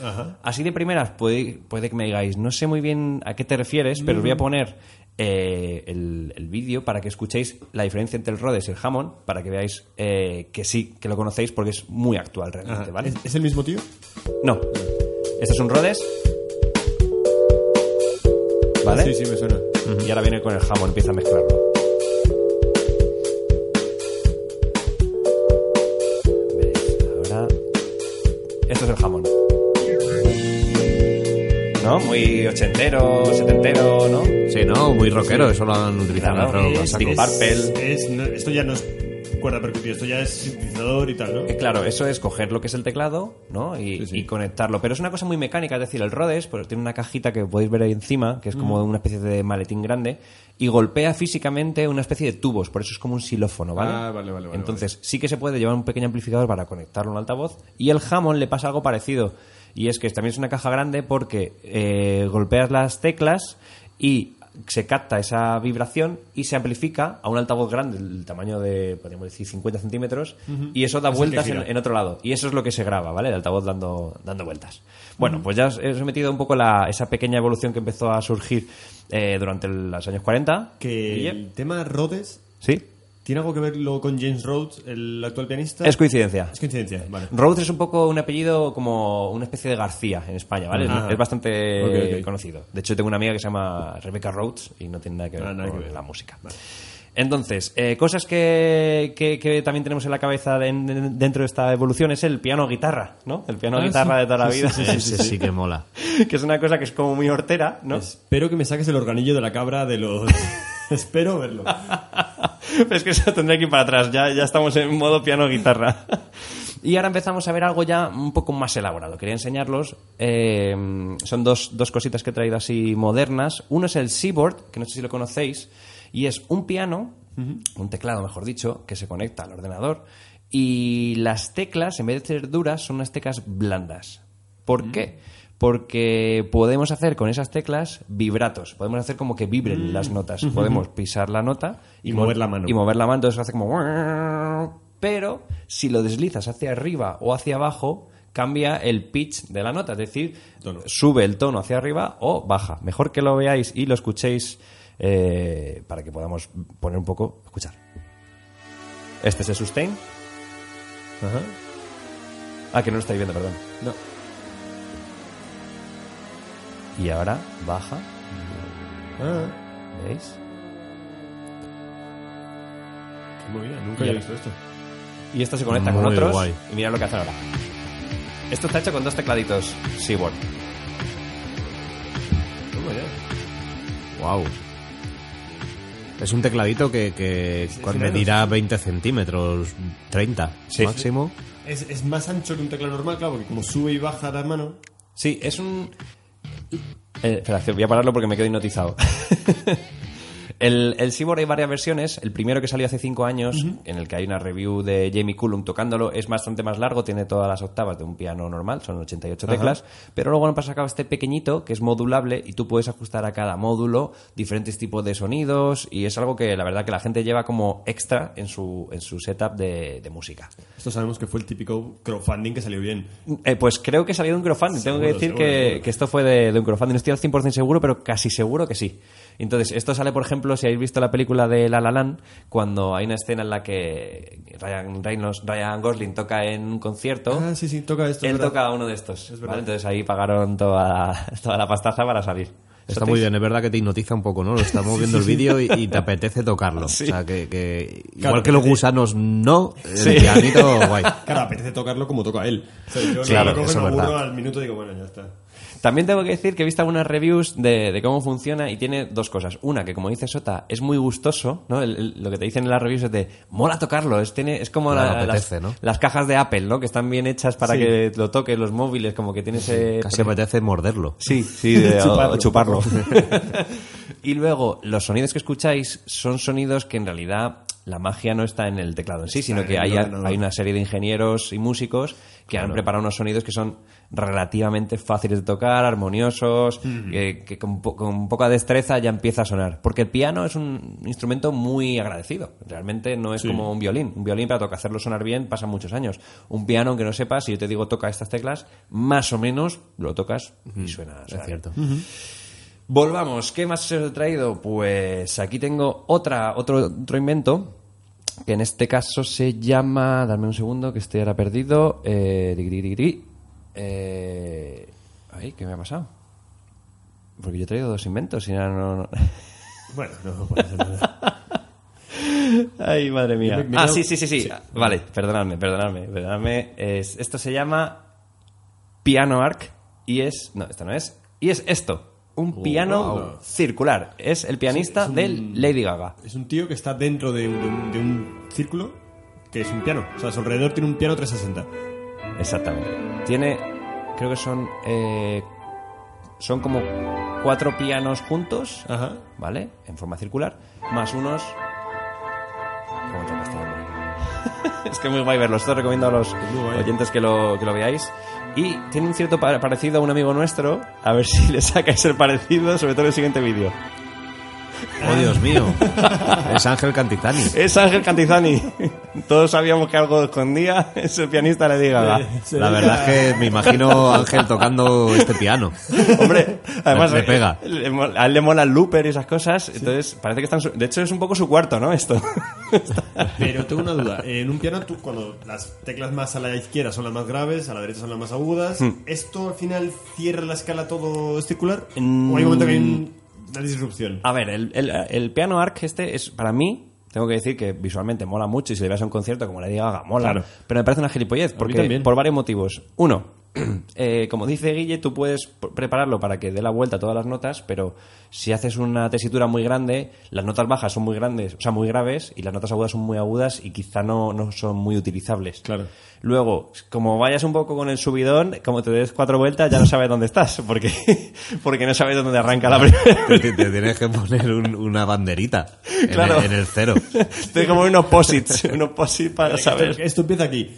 Así de primeras, puede, puede que me digáis, no sé muy bien a qué te refieres, pero os voy a poner eh, el, el vídeo para que escuchéis la diferencia entre el Rhodes y el Hammond, para que veáis eh, que sí, que lo conocéis porque es muy actual realmente,
Ajá.
¿vale?
¿Es, es el mismo tío?
No. Este es un Rhodes. ¿Vale? Eh,
Sí, sí, me suena.
Y ahora viene con el jamón, empieza a mezclarlo. ¿Ves? Ahora. Esto es el jamón. ¿No? Muy ochentero, setentero, ¿no?
Sí, ¿no? Muy rockero, eso lo han utilizado
Claro,
en el rock
es
a saco.
Deep Purple.
Es- no- esto ya no es cuerda percutida, esto ya es sintetizador y tal, ¿no?
Eh, Claro, eso es coger lo que es el teclado ¿no? y,
Sí, sí.
y conectarlo. Pero es una cosa muy mecánica, es decir, el Rhodes pues, tiene una cajita que podéis ver ahí encima, que es como
Mm.
una especie de maletín grande, y golpea físicamente una especie de tubos, por eso es como un xilófono, ¿vale?
Ah, vale, vale, vale,
Entonces, sí que se puede llevar un pequeño amplificador para conectarlo a un altavoz, y el Hammond le pasa algo parecido, y es que también es una caja grande porque eh, golpeas las teclas y se capta esa vibración y se amplifica a un altavoz grande, del tamaño de, podríamos decir, 50 centímetros, y eso da
Es el que
vueltas en,
gira.
en otro lado. Y eso es lo que se graba, ¿vale? El altavoz dando, dando vueltas. Bueno, pues ya os he metido un poco la, esa pequeña evolución que empezó a surgir eh, durante el- los años 40.
Que
Guille.
el tema Rhodes
¿Sí?
¿Tiene algo que verlo con James Rhodes, el actual pianista?
Es coincidencia.
Es coincidencia, vale.
Rhodes es un poco un apellido como una especie de García en España, ¿vale? Es-
Ajá.
Es, bastante
Ok, ok.
conocido. De hecho, tengo una amiga que se llama Rebecca Rhodes y no tiene nada que ver
Ah, nada
con
que ver.
la música. Entonces, eh, cosas que, que- que también tenemos en la cabeza de- de- dentro de esta evolución es el piano-guitarra, ¿no? El piano-guitarra de toda la vida,
Ese sí que mola.
que es una cosa que es como muy hortera, ¿no?
Espero que me saques el organillo de la cabra de los... Espero verlo.
Pero es que eso tendré que ir para atrás, ya, ya estamos en modo piano-guitarra. Y ahora empezamos a ver algo ya un poco más elaborado. Quería enseñarlos. eh, son dos, dos cositas que he traído así modernas. Uno es el Seaboard, que no sé si lo conocéis, y es un piano, un teclado mejor dicho, que se conecta al ordenador. Y las teclas, en vez de ser duras, son unas teclas blandas. ¿Por qué? Porque podemos hacer con esas teclas vibratos. Podemos hacer como que vibren las notas. Podemos pisar la nota
Y mover la mano.
Y mover la mano, entonces hace como... Pero si lo deslizas hacia arriba o hacia abajo, cambia el pitch de la nota. Es decir,
Tono.
sube el tono hacia arriba o baja. Mejor que lo veáis y lo escuchéis eh, para que podamos poner un poco... Escuchar. Este es el sustain. Ah, que no lo estáis viendo, perdón.
No.
Y ahora baja.
Ah,
¿Veis?
qué movida, nunca había visto esto.
Y esto se conecta con
Muy
otros.
guay.
Y mirad lo que hace ahora. Esto está hecho con dos tecladitos Seaboard.
Toma ya.
Wow. Es un tecladito que, que
es
medirá 20 centímetros, 30
Sí.
máximo.
Es, es más ancho que un teclado normal, claro, porque como sube y baja la mano...
Sí, es un. Eh, espera, que voy a pararlo porque me quedo hipnotizado. el, el Seaboard hay varias versiones. El primero que salió hace cinco años, en el que hay una review de Jamie Cullum tocándolo, es bastante más largo, tiene todas las octavas de un piano normal, son 88 teclas. Pero luego han sacado este pequeñito que es modulable y tú puedes ajustar a cada módulo diferentes tipos de sonidos. Y es algo que la verdad que la gente lleva como extra en su, en su setup de- de música.
Esto sabemos que fue el típico crowdfunding que salió bien.
Eh, pues creo que salió de un crowdfunding. Tengo que
Seguro,
decir
seguro,
que,
seguro.
que esto fue de, de un crowdfunding. No estoy al 100% seguro, pero casi seguro que sí. Entonces, esto sale, por ejemplo, si habéis visto la película de La La Land, cuando hay una escena en la que Ryan, Reynolds- Ryan Gosling toca en un concierto.
Ah, sí, sí, toca esto.
él
¿verdad?
toca uno de estos.
Es
¿vale?
verdad.
Entonces ahí pagaron toda, toda la pastaza para salir.
Está muy bien, es verdad que te hipnotiza un poco, ¿no? Lo estamos viendo el vídeo y, y te apetece tocarlo. O sea, que, que
Claro,
igual que los
apetece.
gusanos no, el pianito guay.
Claro, apetece tocarlo como toca él. O sea, yo
Sí,
lo
claro,
cojo y
eso
me
es
aburro
verdad.
al minuto y digo, bueno, ya está.
También tengo que decir que he visto algunas reviews de, de cómo funciona y tiene dos cosas. Una, que como dice Sota, es muy gustoso, ¿no? El- el- lo que te dicen en las reviews es de, mola tocarlo, es, tiene, es como
Claro,
la-
apetece,
las,
¿no?
las cajas de Apple, ¿no? Que están bien hechas para
Sí.
que lo toques, los móviles, como que tiene ese...
Casi apetece morderlo.
Sí, sí, de-
Chuparlo.
o chuparlo. y luego, los sonidos que escucháis son sonidos que en realidad la magia no está en el teclado en sí, sino
en
que
el
hay,
ordenador.
hay una serie de ingenieros y músicos que han preparado unos sonidos que son relativamente fáciles de tocar, armoniosos, que, que con, po- con poca destreza ya empieza a sonar. Porque el piano es un instrumento muy agradecido. Realmente no es como un violín. Un violín para tocar, hacerlo sonar bien pasan muchos años. Un piano, aunque no sepas, si yo te digo toca estas teclas, más o menos lo tocas y suena. suena bien.
cierto.
Volvamos, ¿qué más os he traído? Pues aquí tengo otra, otro, otro invento, que en este caso se llama, dame un segundo, que estoy ahora perdido, eh, digri, digri, eh, ay, ¿qué me ha pasado? Porque yo he traído dos inventos y ahora no... no-
Bueno, no puede ser nada.
Ay, madre mía.
Me- me
ah,
da-
sí, sí, sí, sí, Ah, Vale, perdonadme, perdonadme, perdonadme. Es- esto se llama Piano Arc y es... No, esto no es. Y es esto, un piano
Oh, wow.
circular. Es el pianista
es un-
del Lady Gaga.
Es un tío que está dentro de un, de un- de un círculo que es un piano. O sea, a su alrededor tiene un piano 360.
Exactamente. Tiene, creo que son, eh, son como cuatro pianos juntos,
Ajá.
¿vale? En forma circular, más unos. ¿Cómo toca este hombre? es que es muy guay verlo. Esto recomiendo a los
muy guay.
oyentes que lo, que lo veáis. Y tiene un cierto pa- parecido a un amigo nuestro. A ver si le sacáis el parecido, sobre todo en el siguiente vídeo.
Oh, Dios mío. Es Ángel Cantizani.
Es Ángel Cantizani. Todos sabíamos que algo escondía. Es el pianista le diga.
Se
La
dedica-
verdad es que me imagino a Ángel tocando este piano.
Hombre, además
Le
eh,
pega.
le mo- a él le mola el looper y esas cosas. Entonces parece que están. su- De hecho es un poco su cuarto, ¿no? Esto.
Pero tengo una duda. En un piano, tú, cuando las teclas más a la izquierda son las más graves, a la derecha son las más agudas,
Hmm.
¿esto al final cierra la escala todo circular?
Mm.
¿O hay un momento que hay un- una disrupción?
Ah,
A ver, el, el- el piano arc este es para mí. Tengo que decir que visualmente mola mucho y si le veas a un concierto, como le diga, Gaga, mola.
Claro.
Pero me parece una gilipollez, porque
también.
por varios motivos. Uno, eh, como dice Guille, tú puedes p- prepararlo para que dé la vuelta a todas las notas, pero si haces una tesitura muy grande, las notas bajas son muy grandes, o sea, muy graves, y las notas agudas son muy agudas y quizá no, no son muy utilizables.
Claro.
Luego, como vayas un poco con el subidón, como te des cuatro vueltas, ya no sabes dónde estás, porque, porque no sabes dónde arranca la primera.
Te, te tienes que poner un- una banderita en,
Claro.
el, en el cero.
Estoy como unos posits, unos posits para
Esto,
saber.
esto empieza aquí.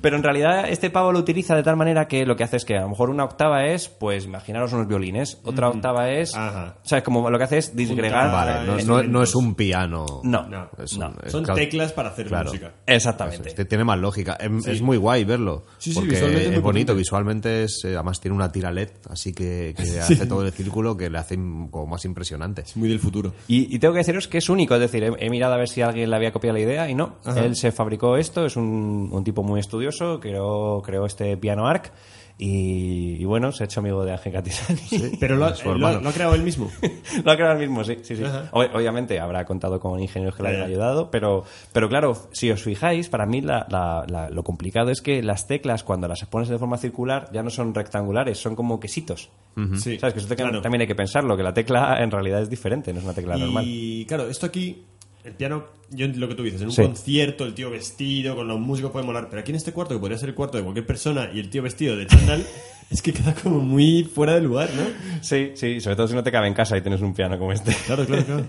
Pero en realidad este pavo lo utiliza de tal manera que lo que hace es que a lo mejor una octava es, pues imaginaros unos violines, otra octava es,
Ajá.
o sea, como lo que hace es disgregar. Eh,
Vale, no, no- no es un piano.
Ah, No,
No,
Es
no.
un- es
Son
cal-
teclas para hacer
Claro.
música.
Exactamente.
Este tiene más lógica. Em- Es, muy guay verlo.
Sí, sí,
porque
visualmente es muy
es bonito.
potente.
Visualmente es, eh, además tiene una tira LED, así que, que hace todo el círculo que le hace im- como más impresionante.
Es muy del futuro.
Y, y tengo que deciros que es único, es decir, he, he mirado a ver si alguien le había copiado la idea y no. Él se fabricó esto, es un, un tipo muy estudioso, creó, creó este piano arc y, y bueno, se ha hecho amigo de Ángel Catizani.
Pero lo ha, eh,
Su
lo-
hermano.
lo ha creado él mismo.
Lo ha creado el mismo, sí. sí, sí. Ob- obviamente habrá contado con ingenieros que le hayan
Ya, ya.
ayudado, pero, pero claro, si os fijáis, para mí la- la- la- lo complicado es que las teclas, cuando las pones de forma circular, ya no son rectangulares, son como quesitos.
Sí.
¿Sabes? Que eso te-
Claro.
también hay que pensarlo, que la tecla en realidad es diferente, no es una tecla normal.
Y claro, esto aquí, el piano, yo lo que tú dices, en un
Sí.
concierto, el tío vestido, con los músicos puede molar, pero aquí en este cuarto, que podría ser el cuarto de cualquier persona, y el tío vestido de chándal, es que queda como muy fuera de lugar, ¿no?
Sí, sí, sobre todo si no te cabe en casa y tienes un piano como este.
Claro, claro, claro.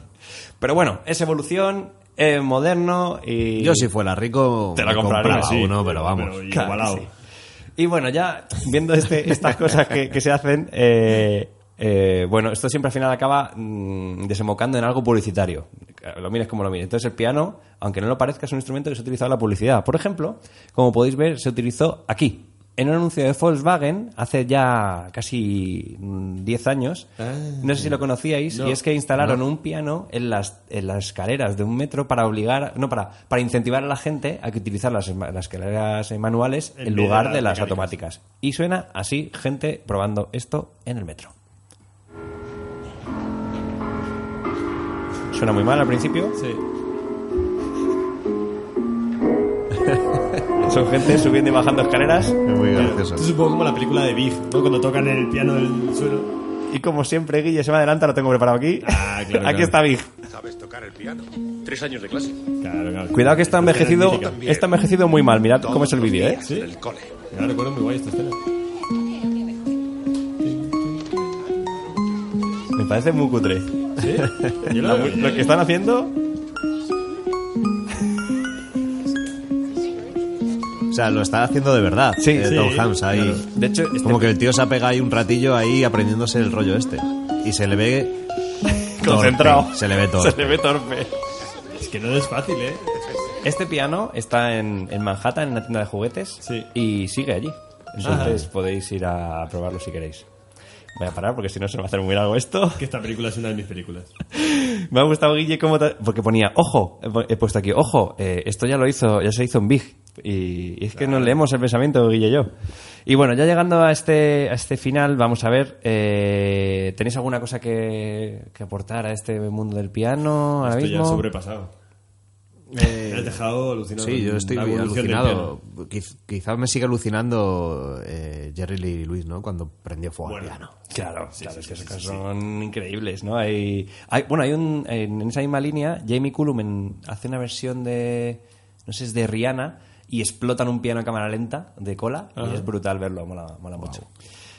Pero bueno, es evolución, es moderno y...
Yo si fuera rico
Te lo
me
compraría,
compraba
sí.
uno, pero vamos.
Claro que
igualado.
sí. Y bueno, ya viendo este- estas cosas que, que se hacen, eh, eh, bueno, esto siempre al final acaba mm, desembocando en algo publicitario. Lo mires como lo mires. Entonces el piano, aunque no lo parezca, es un instrumento que se ha utilizado en la publicidad. Por ejemplo, como podéis ver, se utilizó aquí. En un anuncio de Volkswagen hace ya casi mm, 10 años, no sé si lo conocíais, y es que instalaron un piano en las, en las escaleras de un metro para obligar, no, para, para incentivar a la gente a que utilizar las, esma- las escaleras eh, manuales
En
en,
vez de
lugar
las
de las
mecánicas.
automáticas. Y suena así, gente probando esto en el metro. Suena muy mal al principio.
Sí.
Son gente subiendo y bajando escaleras.
Es muy gracioso.
Esto es un poco como la película de Big, ¿no? Cuando tocan el piano del suelo.
Y como siempre, Guille se me adelanta, lo tengo preparado aquí.
Ah, claro,
aquí
claro.
está Big.
Sabes tocar el piano. Tres años de clase.
Claro, claro.
Cuidado que está
Esto es
envejecido,
magnífica.
está envejecido muy mal. Mirad cómo es el
Todos los
vídeo, ¿eh?
días
Sí.
Del cole.
Yo recuerdo muy guay esta escena.
Me parece muy cutre.
Yo
Lo,
la-
lo que están haciendo.
O sea, lo está haciendo de verdad.
Sí,
eh,
sí,
Tom Hanks ahí.
claro.
De hecho, este-
Como que el tío se ha pegado ahí un ratillo ahí aprendiéndose el rollo este. Y se le ve... torpe.
Concentrado.
Se le ve todo.
se le ve torpe.
Es que no es fácil, ¿eh?
Este piano está en, en Manhattan, en una tienda de juguetes,
Sí. Ah.
y sigue allí. Entonces podéis ir a probarlo si queréis. Voy a parar porque si no se me va a hacer muy largo esto.
Que esta película es una de mis películas.
Me ha gustado Guille cómo te- porque ponía ojo, he pu- he puesto aquí ojo, eh, esto ya lo hizo, ya se hizo en Big y y es que nos leemos el pensamiento Guille y yo. Y bueno, ya llegando a este a este final, vamos a ver, eh, ¿tenéis alguna cosa que, que aportar a este mundo del piano ahora
Esto ya
mismo?
ha sobrepasado. Me has dejado alucinado.
Eh, Sí, yo
con
estoy
la evolución del
alucinado.
piano.
Quiz- Quizás me sigue alucinando eh, Jerry Lee Lewis, ¿no? Cuando prendió fuego al piano.
Claro, claro, es que esos casos son increíbles, ¿no? Hay, hay- bueno, hay un, en esa misma línea, Jamie Cullum en- hace una versión de, no sé, es de Rihanna, y explotan un piano a cámara lenta de cola, y es brutal verlo, mola, mola mucho.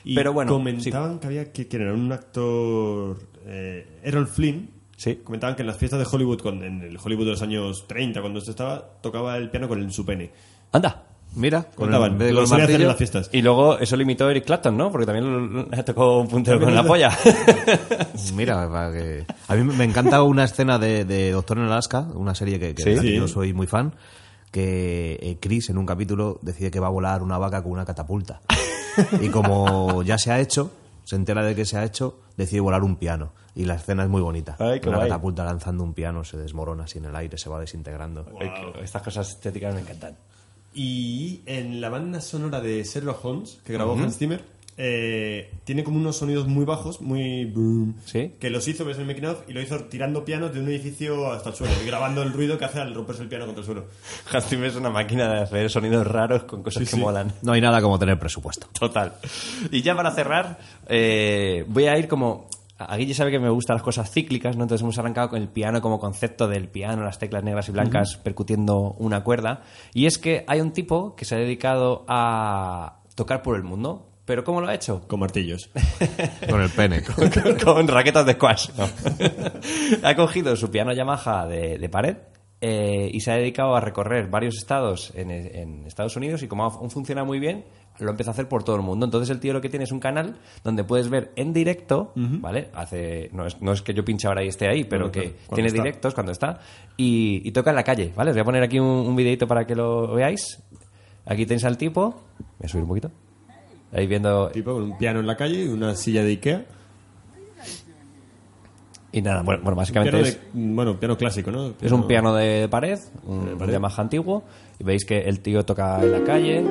Y
Pero bueno,
comentaban que había que, que era un actor eh, Errol Flynn.
Sí.
Comentaban que en las fiestas de Hollywood, con- en el Hollywood de los años 30, cuando esto estaba, tocaba el piano con el, su pene.
sí. anda.
Mira, con el,
Contaban,
en vez de
lo
con el
solía hacer en
martillo.
las fiestas.
Y luego eso limitó a Eric Clapton, ¿no? Porque también le tocó un puntero con la polla.
Mira, para que... a mí me encanta una escena de, de Doctor en Alaska, una serie que, que de la que
Sí.
yo soy muy fan, que eh, Chris en un capítulo decide que va a volar una vaca con una catapulta. Y como ya se ha hecho, se entera de que se ha hecho, decide volar un piano. Y la escena es muy bonita.
Ay, qué
una
guay.
catapulta lanzando un piano se desmorona así en el aire, se va desintegrando.
Estas cosas estéticas me encantan.
Y en la banda sonora de Sherlock Holmes, que grabó Hans Zimmer, eh, tiene como unos sonidos muy bajos, muy... boom,
Sí.
Que los hizo, ves el making of, y lo hizo tirando pianos de un edificio hasta el suelo, y grabando el ruido que hace al romperse el piano contra el suelo.
Hans Zimmer es una máquina de hacer sonidos raros con cosas que
sí.
molan.
No hay nada como tener presupuesto.
Total. Y ya para cerrar, eh, voy a ir como... A Guille sabe que me gustan las cosas cíclicas, ¿no? Entonces hemos arrancado con el piano como concepto del piano, las teclas negras y blancas percutiendo una cuerda. Y es que hay un tipo que se ha dedicado a tocar por el mundo. ¿Pero cómo lo ha hecho?
Con martillos.
Con el pene.
con, con raquetas de squash. ¿no? ha cogido su piano Yamaha de, de pared eh, y se ha dedicado a recorrer varios estados en, en Estados Unidos y como aún funciona muy bien, lo empieza a hacer por todo el mundo. Entonces el tío lo que tiene es un canal donde puedes ver en directo, ¿vale? Hace, no, es, no es que yo pinche ahora y esté ahí, pero
Bueno,
que
claro, cuando
tiene
está.
directos cuando está y, y toca en la calle, ¿vale? Os voy a poner aquí un, un videito para que lo veáis. Aquí tenéis al tipo. Voy a subir un poquito. Ahí viendo
tipo con un piano en la calle y una silla de Ikea.
y nada, bueno, bueno, básicamente
Piano
es-
de- mm, bueno, piano clásico, ¿no?
Es un piano de pared, un
Mm. pared.
Yamaha antiguo, y veis que el tío toca en la calle.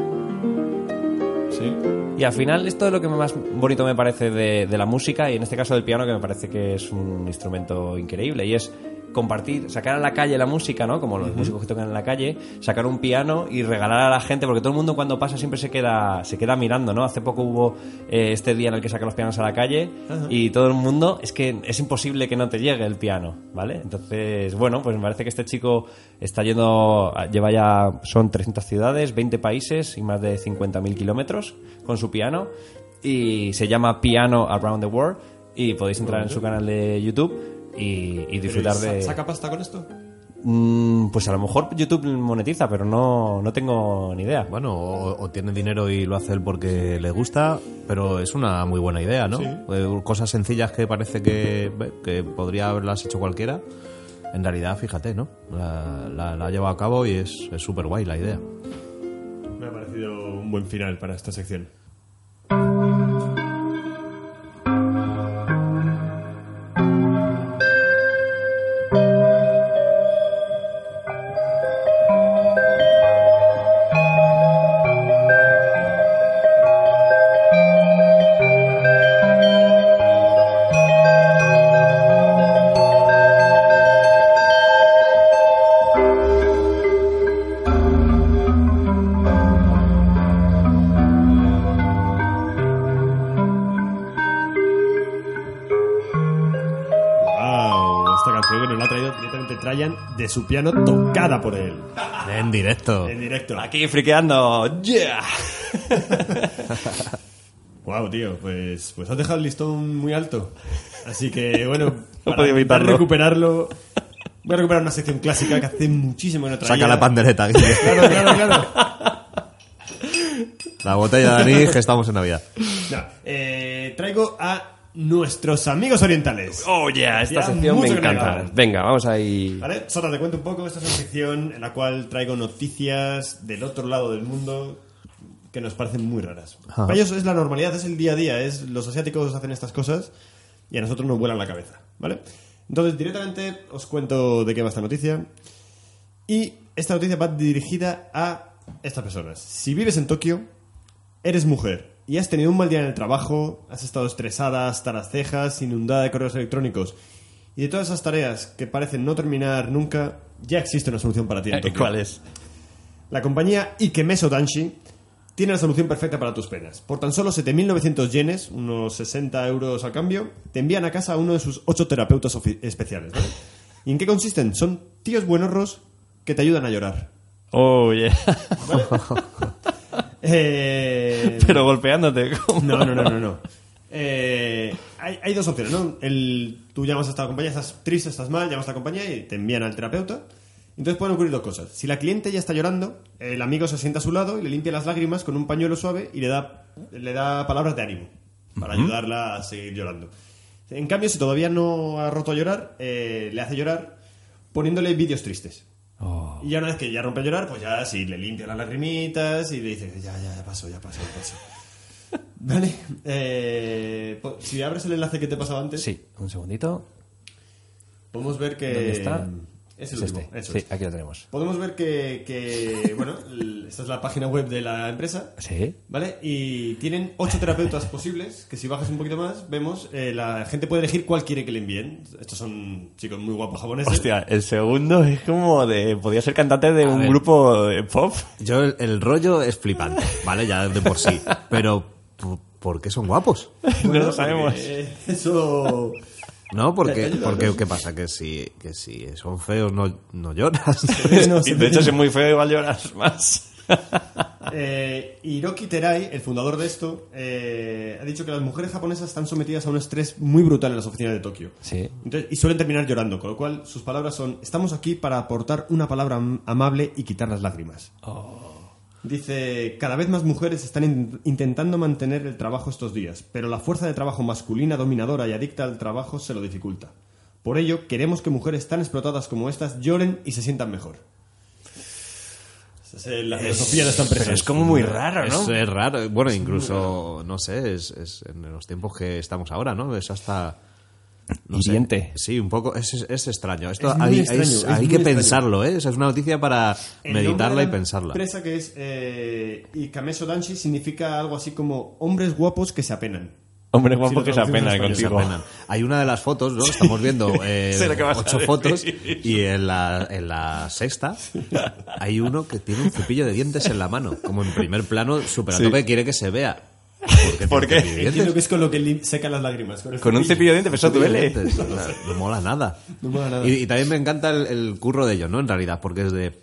Sí.
Y al final, esto es lo que más bonito me parece de, de la música, y en este caso del piano, que me parece que es un instrumento increíble, y es compartir, sacar a la calle la música, ¿no? Como los músicos que tocan en la calle, sacar un piano y regalar a la gente, porque todo el mundo cuando pasa siempre se queda, se queda mirando, ¿no? Hace poco hubo eh, este día en el que sacan los pianos a la calle y todo el mundo, es que es imposible que no te llegue el piano, ¿vale? Entonces, bueno, pues me parece que este chico está yendo, a- lleva ya, son 300 ciudades, 20 países y más de 50.000 kilómetros con su piano y se llama Piano Around the World y podéis entrar en su canal de YouTube y, y disfrutar de...
¿Saca pasta con esto?
Mm, pues a lo mejor YouTube monetiza, pero no, no tengo ni idea.
Bueno, o, o tiene dinero y lo hace él porque le gusta, pero es una muy buena idea, ¿no? Eh, Cosas sencillas que parece que, ve, que podría haberlas hecho cualquiera. En realidad, fíjate, ¿no? La, la- la ha llevado a cabo y es súper guay la idea.
Me ha parecido un buen final para esta sección. ¡Wow! Esta canción que nos la ha traído directamente Trajan de su piano tocada por él.
En
Ah,
directo.
En directo.
Aquí friqueando, yeah.
Wow, tío, pues, pues has dejado el listón muy alto. Así que, bueno, para
podido
intentar
evitarlo.
recuperarlo, voy a recuperar una sección clásica que hace muchísimo que no traía.
Saca la pandereta. Guille.
Claro, claro, claro.
la botella de anís que estamos en Navidad.
No, eh, traigo a nuestros amigos orientales.
Oh yeah, esta
Hacía
sección me
mucho que no
encanta.
llegaban.
Venga, vamos ahí.
Vale, Sota, te cuento un poco. Esta es una sección en la cual traigo noticias del otro lado del mundo que nos parecen muy raras.
Ajá.
Para ellos es la normalidad, es el día a día. Es, los asiáticos hacen estas cosas y a nosotros nos vuelan la cabeza. ¿Vale? Entonces, directamente os cuento de qué va esta noticia. Y esta noticia va dirigida a estas personas. Si vives en Tokio, eres mujer y has tenido un mal día en el trabajo, has estado estresada hasta las cejas, inundada de correos electrónicos y de todas esas tareas que parecen no terminar nunca, ya existe una solución para ti. en Tokio.
Eh, ¿Cuál es?
La compañía Ikemeso Danshi tiene la solución perfecta para tus penas. Por tan solo 7.900 yenes, unos 60 euros al cambio, te envían a casa a uno de sus ocho terapeutas ofi- especiales. ¿vale? ¿Y en qué consisten? Son tíos buenorros que te ayudan a llorar.
Oh yeah.
Eh,
Pero golpeándote. ¿cómo?
No, no, no, no, no. Eh, hay, hay dos opciones, ¿no? El, tú llamas a esta compañía, estás triste, estás mal, llamas a esta compañía y te envían al terapeuta. Entonces pueden ocurrir dos cosas. Si la cliente ya está llorando, el amigo se sienta a su lado y le limpia las lágrimas con un pañuelo suave y le da, le da palabras de ánimo para ayudarla a seguir llorando. En cambio, si todavía no ha roto a llorar, eh, le hace llorar poniéndole vídeos tristes.
Oh,
Y ya una vez que ya rompe a llorar, pues ya sí, le limpia las lagrimitas y le dice, ya, ya, ya pasó, ya pasó, ya pasó. Vale. Eh, po- si abres el enlace que te pasaba antes,
Sí, un segundito.
podemos ver que...
¿Dónde está?
Es
Eh, Es
el último,
este.
eso
Sí,
es.
aquí lo tenemos.
Podemos ver que, que, bueno, l- esta es la página web de la empresa.
Sí.
¿Vale? Y tienen ocho terapeutas posibles, que si bajas un poquito más, vemos, eh, la gente puede elegir cuál quiere que le envíen. Estos son chicos muy guapos japoneses.
Hostia, el segundo es como de. Podía ser cantante Este de un
ver.
grupo eh, pop.
Yo, el, el rollo es flipante, ¿vale? Ya de por sí. Pero, ¿por- ¿por qué son guapos?
no lo sabemos.
Eh, eso...
No,
Te
porque,
ayuda,
porque
¿no?
¿qué pasa? Que si, que si son feos no, no lloras.
no
Y
sé.
de hecho, si es muy feo, igual lloras más.
Eh, Hiroki Terai, el fundador de esto, eh, ha dicho que las mujeres japonesas están sometidas a un estrés muy brutal en las oficinas de Tokio.
Sí.
Entonces- y suelen terminar llorando, con lo cual sus palabras son: Estamos aquí para aportar una palabra am- amable y quitar las lágrimas. Dice, cada vez más mujeres están in- intentando mantener el trabajo estos días, pero la fuerza de trabajo masculina dominadora y adicta al trabajo se lo dificulta. Por ello, queremos que mujeres tan explotadas como estas lloren y se sientan mejor. Esa es eh, la filosofía de esta empresa.
Pero es como muy raro,
Es,
¿no?
es raro. Bueno, incluso, no sé, es, es en los tiempos que estamos ahora, ¿no? Es hasta... No sé.
Hiriente.
Sí, un poco. Es, es- es extraño. Esto
Es muy
hay, hay-
extraño, es
hay
muy
que
extraño.
pensarlo, ¿eh? O sea, es una noticia para
El nombre
meditarla
de
y
la
pensarla.
empresa que es eh, Ikameso Danshi significa algo así como hombres guapos que se apenan.
Hombre,
Sí,
guapo
lo
que se
traducimos
apena
en español,
contigo.
Pena. Hay una de las fotos, ¿no? Estamos viendo eh,
Sé lo que vas a
ocho
decir.
fotos y en la, en la sexta hay uno que tiene un cepillo de dientes en la mano, como en primer plano, súper a
Sí.
tope, quiere que se vea. ¿Por qué?
¿Por qué?
tiene cepillo de
Entiendo
dientes?
que es con lo que lim- seca las lágrimas. Con, el
Con un cepillo de dientes, pero eso
Cepillo de
duele.
dientes. No, no mola nada.
No mola nada.
Y, y también me encanta el, el curro de ellos, ¿no? En realidad, porque es de...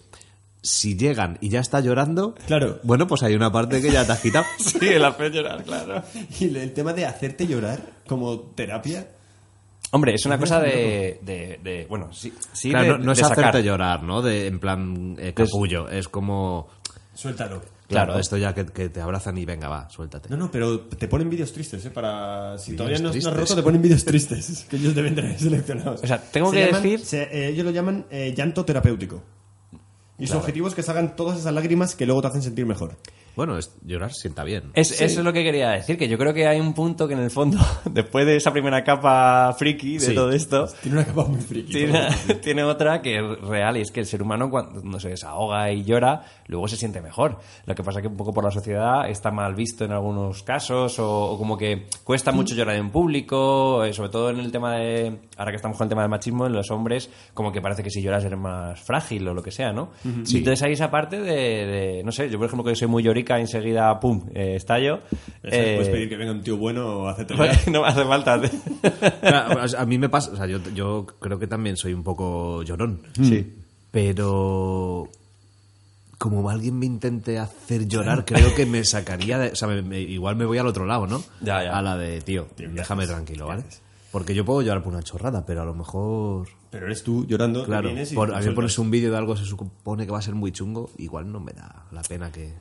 Si llegan y ya está llorando,
Claro.
bueno, pues hay una parte que ya te has quitado.
Sí, el hace llorar, claro.
Y el- el tema de hacerte llorar como terapia.
Hombre, es una cosa de. de, de- bueno, sí. sí
Claro,
de-
no, no es
de sacar. Pues
hacerte llorar, ¿no? De, en plan eh, capullo. Es como...
Suéltalo.
Claro, esto ya que, que te abrazan y venga, va, suéltate.
No, no, pero te ponen vídeos tristes, ¿eh? Para... Si
Vídeos
todavía no, no has
tristes.
roto, te ponen vídeos tristes. Que ellos deben tener seleccionados.
O sea, tengo
Se
que
llaman-
decir-
se- eh, ellos lo llaman eh, llanto terapéutico. Y su objetivo es que salgan todas esas lágrimas que luego te hacen sentir mejor.
Bueno, es- llorar sienta bien.
Es- Eso es lo que quería decir, que yo creo que hay un punto que en el fondo, después de esa primera capa friki de
Sí.
todo esto,
Tiene una capa muy friki.
tiene, tiene otra que es real y es que el ser humano cuando se desahoga y llora, luego se siente mejor. Lo que pasa que un poco por la sociedad está mal visto en algunos casos o, o como que cuesta
Mm.
mucho llorar en público, eh, sobre todo en el tema de, ahora que estamos con el tema del machismo, en los hombres, como que parece que si lloras eres más frágil o lo que sea, ¿no? Y Entonces hay esa parte de, de, no sé, yo por ejemplo que soy muy llorica, enseguida, ¡pum!, eh, estallo. Eh,
Puedes pedir que venga un tío bueno o hacerte
no me hace falta.
Claro, a- a mí me pasa, o sea, yo, yo creo que también soy un poco llorón. Sí. Pero como alguien me intente hacer llorar, creo que me sacaría de... O sea, me- me- igual me voy al otro lado, ¿no?
Ya, ya.
A la de, tío, déjame tranquilo, ¿vale? Porque yo puedo llorar por una chorrada, pero a lo mejor...
Pero eres tú llorando.
Claro,
te vienes y
por-
te
a mí me
sueltas.
pones un vídeo de algo que se supone que va a ser muy chungo, igual no me da la pena que...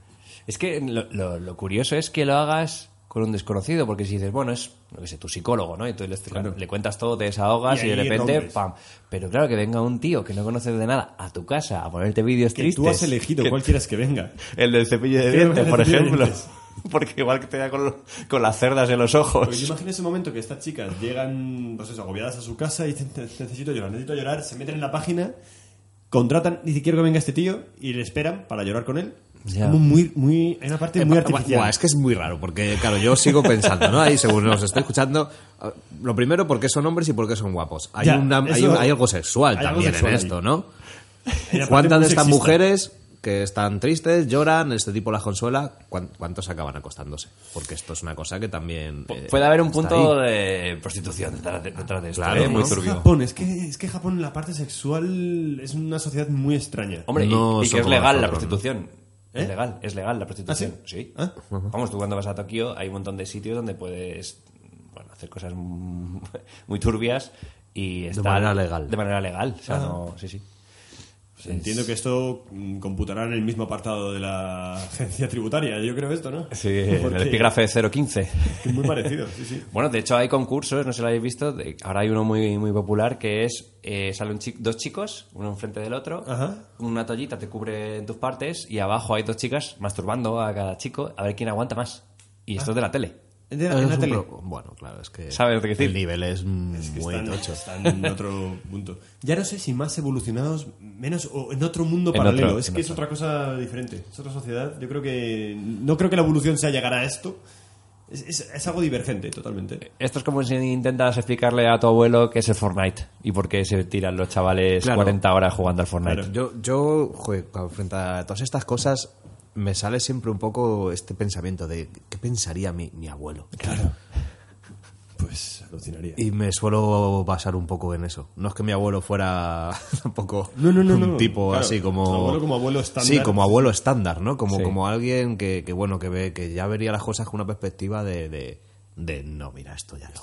Es que lo, lo- lo curioso es que lo hagas con un desconocido, porque si dices, bueno, es, no que sé, tu psicólogo, ¿no? Y tú le, le cuentas todo, te desahogas
Y
y, de
ahí
repente,
rompes.
pam. Pero claro, que venga un tío que no conoces de nada a tu casa a ponerte vídeos
Que
tristes.
tú has elegido
Que-
cuál quieras que venga.
El del cepillo de
Sí,
dientes,
el
por
cepillo de
ejemplo.
dientes.
Porque igual que te da con, lo- con las cerdas en los
Porque Pues yo
ojos.
imagino ese momento que estas chicas llegan, pues eso, agobiadas a su casa y dicen, "Te- te necesito llorar, necesito llorar, se meten en la página, contratan, ni siquiera que venga este tío y le esperan para llorar con él. Es
Ya.
como muy, muy, hay una parte muy
Eh,
artificial.
buah, es que es muy raro, porque claro, yo sigo pensando, ¿no? Ahí según nos está escuchando, eh, lo primero, ¿por qué son hombres y por qué son guapos? Hay,
Ya,
una- hay
eso-
un- hay algo sexual
hay algo
también
sexual
en
ahí.
esto, ¿no?
Hay una parte
¿Cuántas
muy
de
sexista.
estas mujeres que están tristes, lloran, este tipo las consuela, cuán- cuántos acaban acostándose? Porque esto es una cosa que también... eh,
Puede haber un
está
punto
ahí.
de prostitución detrás de, detrás de esto,
Claro,
¿eh? Muy
¿no?
Es
turbio.
Japón, es que, es que Japón la parte sexual es una sociedad muy extraña.
Hombre, y-
No
y, que
somos
es legal la
nosotros, ¿no?
prostitución. Es legal, es legal la prostitución.
¿Ah, sí?
sí.
Ah.
Vamos, tú cuando vas a Tokio hay un montón de sitios donde puedes bueno, hacer cosas mm, muy turbias y está
manera legal.
De manera legal, o sea, no, sí, sí.
Entiendo que esto mm, computará en el mismo apartado de la agencia tributaria, yo creo esto, ¿no?
Sí, en el
Porque-
epígrafe 015.
que es muy parecido, sí, sí.
Bueno, de hecho hay concursos, no sé si lo habéis visto. de- ahora hay uno muy, muy popular que es, eh, salen chi- dos chicos, uno enfrente del otro,
Ajá.
una toallita te cubre en tus partes y abajo hay dos chicas masturbando a cada chico a ver quién aguanta más. Y esto es de la tele.
Ah, Es un pro- Bueno, claro, es que.
¿Sabes lo que decir?
El nivel es, mm, muy
están,
tocho.
están en otro punto. Ya no sé si más evolucionados, menos o en otro mundo
En
paralelo.
otro,
es que
en
es otra cosa diferente. Es otra sociedad. Yo creo que no creo que la evolución sea llegar a esto. Es, es- es algo divergente, totalmente.
Esto es como si intentas explicarle a tu abuelo qué es el Fortnite y por qué se tiran los chavales
Claro.
40 horas jugando al Fortnite.
Claro.
Yo, yo joder, cuando frente a todas estas cosas, me sale siempre un poco este pensamiento de qué pensaría mi, mi abuelo.
Pues alucinaría.
Y me suelo basar un poco en eso. No es que mi abuelo fuera tampoco
No, no, no,
un
no.
tipo
Claro,
así como...
abuelo como abuelo estándar.
Sí, como abuelo estándar, ¿no? Como,
Sí.
como alguien que, que, bueno, que ve que ya vería las cosas con una perspectiva de... de, de, no, mira, esto ya no.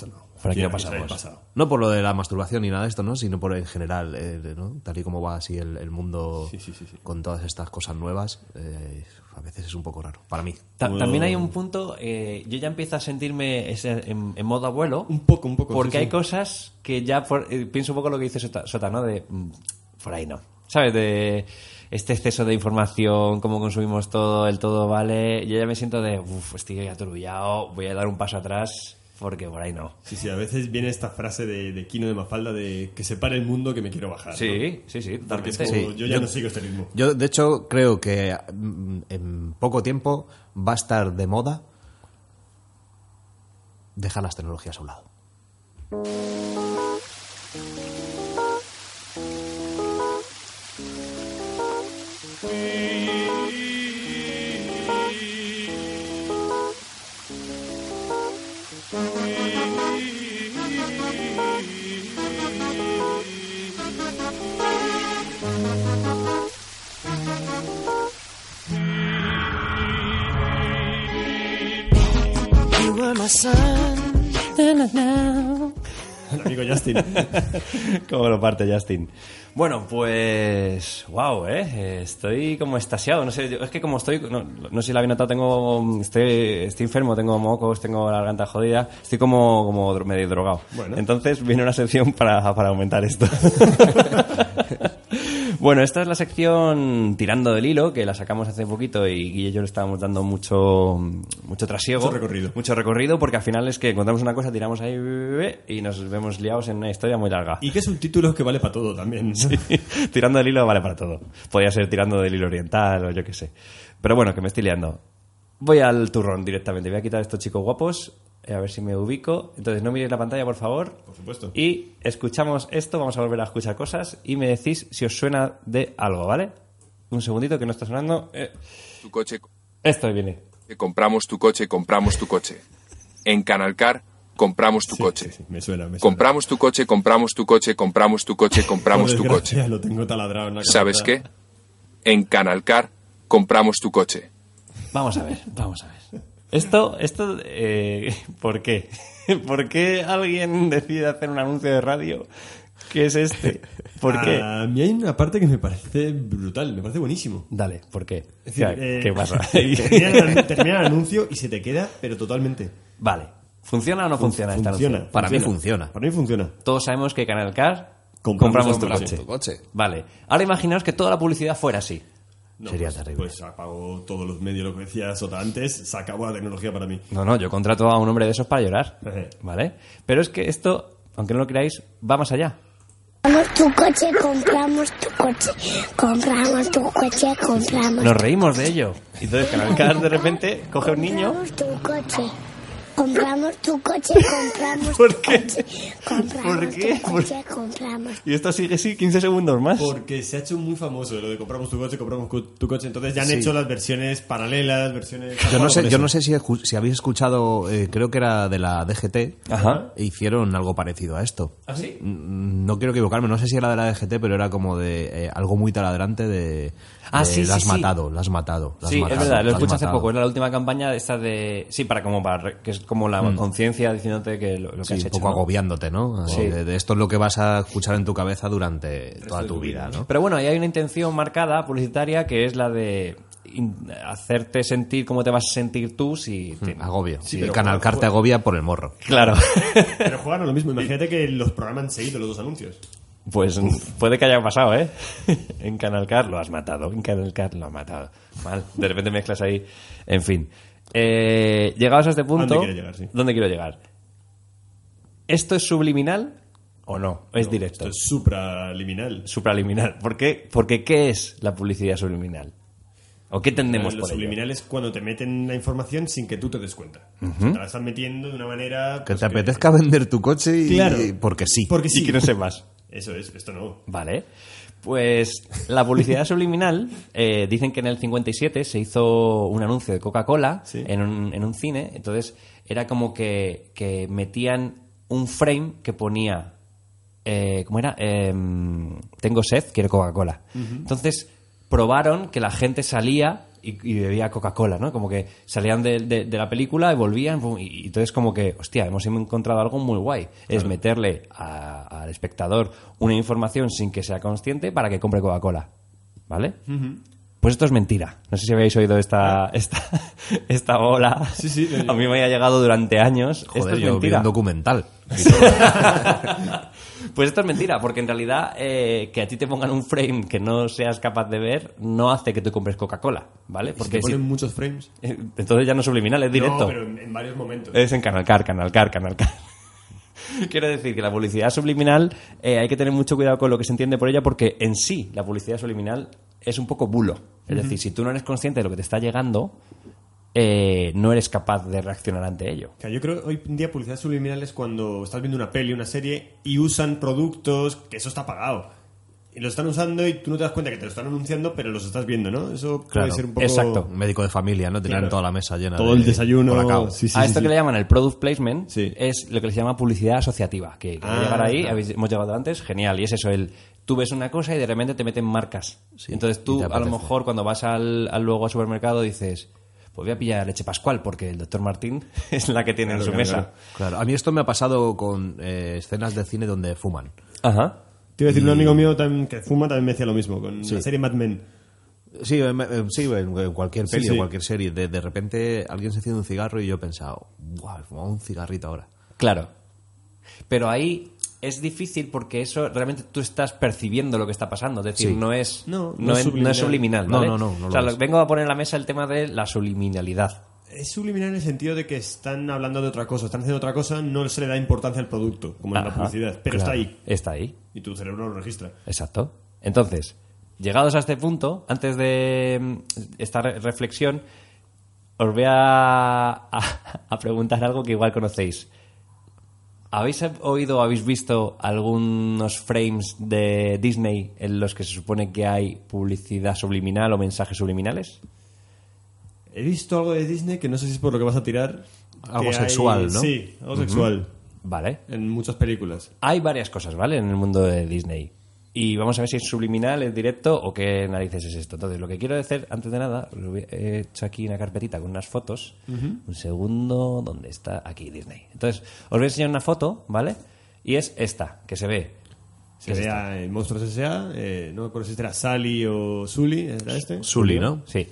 Por aquí
Ya,
no pasamos.
ya he pasado.
No por lo de la masturbación ni nada de esto, ¿no? Sino por en general, eh, ¿no? Tal y como va así el, el mundo
Sí, sí, sí, sí.
con todas estas cosas nuevas, eh, a veces es un poco raro, para mí.
Ta- también hay un punto, eh, yo ya empiezo a sentirme ese- en, en modo abuelo.
Un poco, un poco,
Porque
sí,
hay
sí.
cosas que ya por- eh, pienso un poco lo que dice Sota, Sota, ¿no? De mm, por ahí no. ¿Sabes? De este exceso de información, cómo consumimos todo, el todo vale. Yo ya me siento de, uff, estoy aturullado, voy a dar un paso atrás porque por ahí no.
Sí, sí, a veces viene esta frase de, de Kino de Mafalda de que se pare el mundo que me quiero bajar. ¿no?
Sí, sí, sí,
Porque es
totalmente.
como,
Sí.
yo ya
Yo-
no sigo este ritmo.
Yo, de hecho, creo que mm, en poco tiempo va a estar de moda dejar las tecnologías a un lado.
You were my sun.
El amigo Justin.
¿Cómo lo parte Justin? Bueno, pues. ¡Wow! ¿eh? Estoy como estasiado. No sé, yo- es que como estoy. No, no sé si la habéis notado, tengo. mm, Estoy, estoy enfermo, tengo mocos, tengo la garganta jodida. Estoy como, como dro- medio drogado.
Bueno.
Entonces viene una sección para, para aumentar esto. Bueno, esta es la sección Tirando del Hilo, que la sacamos hace poquito y Guille y yo le estábamos dando mucho, mucho trasiego.
Mucho recorrido.
Mucho recorrido, porque al final es que encontramos una cosa, tiramos ahí y nos vemos liados en una historia muy larga.
y que es un título que vale para todo también. ¿no?
tirando del hilo vale para todo. Podría ser tirando del hilo oriental o yo qué sé. Pero bueno, que me estoy liando. Voy al turrón directamente. Voy a quitar a estos chicos guapos. eh, A ver si me ubico. Entonces, no miréis la pantalla, por favor.
Por supuesto.
Y escuchamos esto. Vamos a volver a escuchar cosas. Y me decís si os suena de algo, ¿vale? Un segundito que no está sonando. Eh,
Tu coche,
esto viene.
que compramos tu coche, compramos tu coche. En Canalcar, compramos tu
Sí,
coche.
sí, sí, me suena, me suena.
Compramos tu coche, compramos tu coche, compramos tu coche, compramos
Por
tu
desgracia,
coche.
Lo tengo taladrado en la
¿Sabes qué?
cabeza.
En Canalcar, compramos tu coche.
Vamos a ver, vamos a ver. Esto, esto, eh, ¿por qué? ¿Por qué alguien decide hacer un anuncio de radio que es este? ¿Por qué?
A mí hay una parte que me parece brutal, me parece buenísimo.
Dale, ¿por qué?
Es decir,
¿Qué,
eh,
qué pasa?
termina, el, an- termina el anuncio y se te queda, pero totalmente.
vale, ¿funciona o no funciona esta
Funciona.
anuncio?
Para mí funciona.
Para mí funciona.
Todos sabemos que Canal Car
Compramos
compramos,
tu
tu
coche.
coche. Vale, ahora imaginaos que toda la publicidad fuera así.
Sería
pues,
terrible.
Pues apago todos los medios, lo que decía Sota antes, se acabó la tecnología para mí.
No, no, yo contrato a un hombre de esos para llorar.
Ajá.
¿Vale? Pero es que esto, aunque no lo creáis, va más allá.
Compramos tu coche, compramos tu coche, compramos tu coche, compramos.
Nos reímos de ello. Y Entonces Canal Car de repente coge a un niño
Compramos tu coche. Compramos tu coche, compramos
¿Por
tu
qué?
coche. Compramos
¿Por qué?
tu
¿Por-
coche, compramos.
Y esto sigue así 15 segundos más.
Porque se ha hecho muy famoso eh, lo de compramos tu coche, compramos cu- tu coche. Entonces ya han hecho las versiones paralelas, versiones.
Yo no sé,
Por
yo
eso.
no sé si, escu- si habéis escuchado, eh, creo que era de la DGT,
Ajá.
e hicieron algo parecido a esto.
¿Ah, sí?
Mm, No quiero equivocarme, no sé si era de la DGT, pero era como de eh, algo muy taladrante de...
Ah,
de
sí,
la has
sí, sí.
matado, la has matado. la has
Sí, es
matado,
verdad,
la
lo
has
escuché hace
matado".
poco, era la última campaña de esta de... Sí, para como para re- que es como la conciencia diciéndote que lo, lo que
Mm. Sí,
has
un
hecho.
poco
¿no?
agobiándote, ¿no?
Sí.
De, de esto es lo que vas a escuchar en tu cabeza durante toda tu vida, ¿no?
Pero bueno, ahí hay una intención marcada publicitaria que es la de in- hacerte sentir cómo te vas a sentir tú si
Mm.
te
Agobio.
Sí,
Sí,
pero
Canal Car te
bueno, pues-
agobia por el morro.
Claro.
Pero juegan a lo mismo. Imagínate que los programan seguido los dos anuncios.
Pues puede que haya pasado, ¿eh? en Canal Car lo has matado, en Canal Car lo has matado. Mal, de repente mezclas ahí. En fin. Eh, llegados a este punto...
¿Dónde quieres llegar, sí?
¿Dónde quiero llegar? ¿Esto es subliminal o no? ¿O es directo?
Esto es supraliminal.
Supraliminal. ¿Por qué? Porque ¿qué es la publicidad subliminal? ¿O qué
Eh, Lo
tendemos por ello?
subliminal es cuando te meten la información sin que tú te des cuenta. O sea, te la están metiendo de una manera...
Que
pues,
te apetezca vender tu coche y,
Claro.
y- porque sí.
Porque sí.
Y que no sé más.
Eso es, esto no.
Vale. Pues la publicidad subliminal, eh, dicen que en el 57 se hizo un anuncio de Coca-Cola
Sí.
en, un, en un cine, entonces era como que, que metían un frame que ponía, eh, ¿cómo era? Em, tengo sed, quiero Coca-Cola. Entonces probaron que la gente salía y, y bebía Coca-Cola, ¿no? Como que salían de, de- de la película y volvían pum, y, y entonces como que, hostia, hemos encontrado algo muy guay. Es meterle a- al espectador una información sin que sea consciente para que compre Coca-Cola, ¿vale? Pues esto es mentira. No sé si habéis oído esta, esta, esta ola.
Ah. Sí, sí, lo-
A mí me ha llegado durante años.
Joder,
esto es
yo vi
mentira.
un documental.
Pues esto es mentira, porque en realidad eh, que a ti te pongan un frame que no seas capaz de ver no hace que tú compres Coca-Cola, ¿vale? Porque
Porque te ponen
si-
muchos frames.
eh, entonces ya no es subliminal, es directo.
No, pero en, en varios momentos.
Es en Canal Car, Canal Car, Canal Car. Quiero decir que la publicidad subliminal eh, hay que tener mucho cuidado con lo que se entiende por ella porque en sí la publicidad subliminal es un poco bulo. Es decir, si tú no eres consciente de lo que te está llegando, eh, no eres capaz de reaccionar ante ello.
O sea, yo creo que hoy en día publicidad subliminal es cuando estás viendo una peli, una serie y usan productos que eso está pagado. Y lo están usando y tú no te das cuenta que te lo están anunciando, pero los estás viendo, ¿no? Eso puede
Claro,
ser un poco...
exacto.
Un médico de familia, ¿no? Tenían
Claro.
toda la mesa llena
Todo
de
el desayuno.
colacao.
Sí, sí,
a
sí,
Ah, esto
sí.
que le llaman el product placement
Sí.
es lo que se llama publicidad asociativa. Que, que voy a
Ah,
llegar ahí,
claro.
habéis- hemos llegado antes, genial. Y es eso, el tú ves una cosa y de repente te meten marcas. Entonces
y
tú
te
a lo
apetece.
mejor cuando vas al, al luego al supermercado dices, pues voy a pillar leche pascual porque el doctor Martín es la que tiene en su mesa.
Claro, a mí esto me ha pasado con eh, escenas de cine donde fuman.
Ajá.
Te iba a decir,
Mm.
un amigo mío también que fuma también me decía lo mismo, con la serie Mad Men.
Sí, em, em, sí, en en cualquier
Sí,
peli
sí.
o cualquier serie. De, de repente alguien se enciende un cigarro y yo he pensado, guau, he fumado un cigarrito ahora.
Claro. Pero ahí es difícil porque eso realmente tú estás percibiendo lo que está pasando. Es decir,
Sí.
no es
No, no
no
es
es- no es
subliminal.
subliminal.
No,
¿vale?
no, no, no
O sea,
lo
lo-
es.
vengo a poner en la mesa el tema de la subliminalidad.
Es subliminal en el sentido de que están hablando de otra cosa, están haciendo otra cosa, no se le da importancia al producto, como en la
Ajá,
publicidad, pero está
claro.
ahí
Está ahí,
y tu cerebro lo registra.
exacto. Entonces, llegados a este punto, antes de mm, esta re- reflexión, os voy a, a- a preguntar algo que igual conocéis. ¿Habéis oído o habéis visto algunos frames de Disney en los que se supone que hay publicidad subliminal o mensajes subliminales?
He visto algo de Disney que no sé si es por lo que vas a tirar.
Algo
que hay-
sexual, ¿no?
Sí, algo sexual.
Vale.
En muchas películas.
Hay varias cosas, ¿vale? En el mundo de Disney. Y vamos a ver si es subliminal, es directo o qué narices es esto. Entonces, lo que quiero hacer, antes de nada, lo he hecho aquí una carpetita con unas fotos. Un segundo, ¿dónde está? Aquí, Disney. Entonces, os voy a enseñar una foto, ¿vale? Y es esta, que se ve.
Se
es
vea en Monstruos S.A., eh, no me acuerdo si este era Sally o Sully, ¿era este?
Sully, ¿no?
Sí.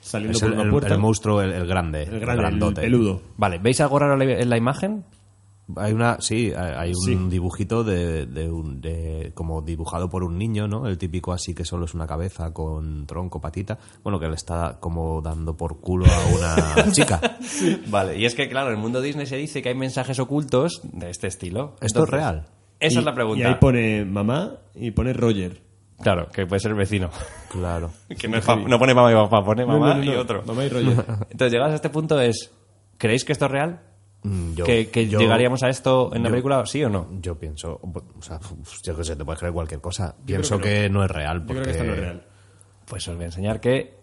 Saliendo
Es
por
el,
una
el-
puerta.
el monstruo, el, el grande.
El grande, el
grandote.
peludo.
Vale, ¿veis algo raro en la imagen?
Hay una, sí, hay hay un
Sí.
dibujito de, de un, de- como dibujado por un niño, ¿no? El típico así que solo es una cabeza con tronco, patita. Bueno, que le está como dando por culo a una chica.
Vale, y es que, claro, en el mundo Disney se dice que hay mensajes ocultos de este estilo.
¿Esto es real?
Esa
Y-
es la pregunta.
Y ahí pone mamá y pone Roger.
Claro, que puede ser vecino.
Claro.
Que no, es pa- no pone mamá y papá, pone
No,
mamá
no, no,
y
no,
otro.
Mamá y Roger.
Entonces, llegados a este punto es, ¿creéis que esto es real?
Mm, yo-
¿Que, que
yo-
llegaríamos a esto en la
yo-
película, sí o no?
Yo pienso, o sea, uf, yo qué sé, te puedes creer cualquier cosa. Pienso que, no. es real.
Yo
Porque
creo que esto no es real.
Pues os voy a enseñar que...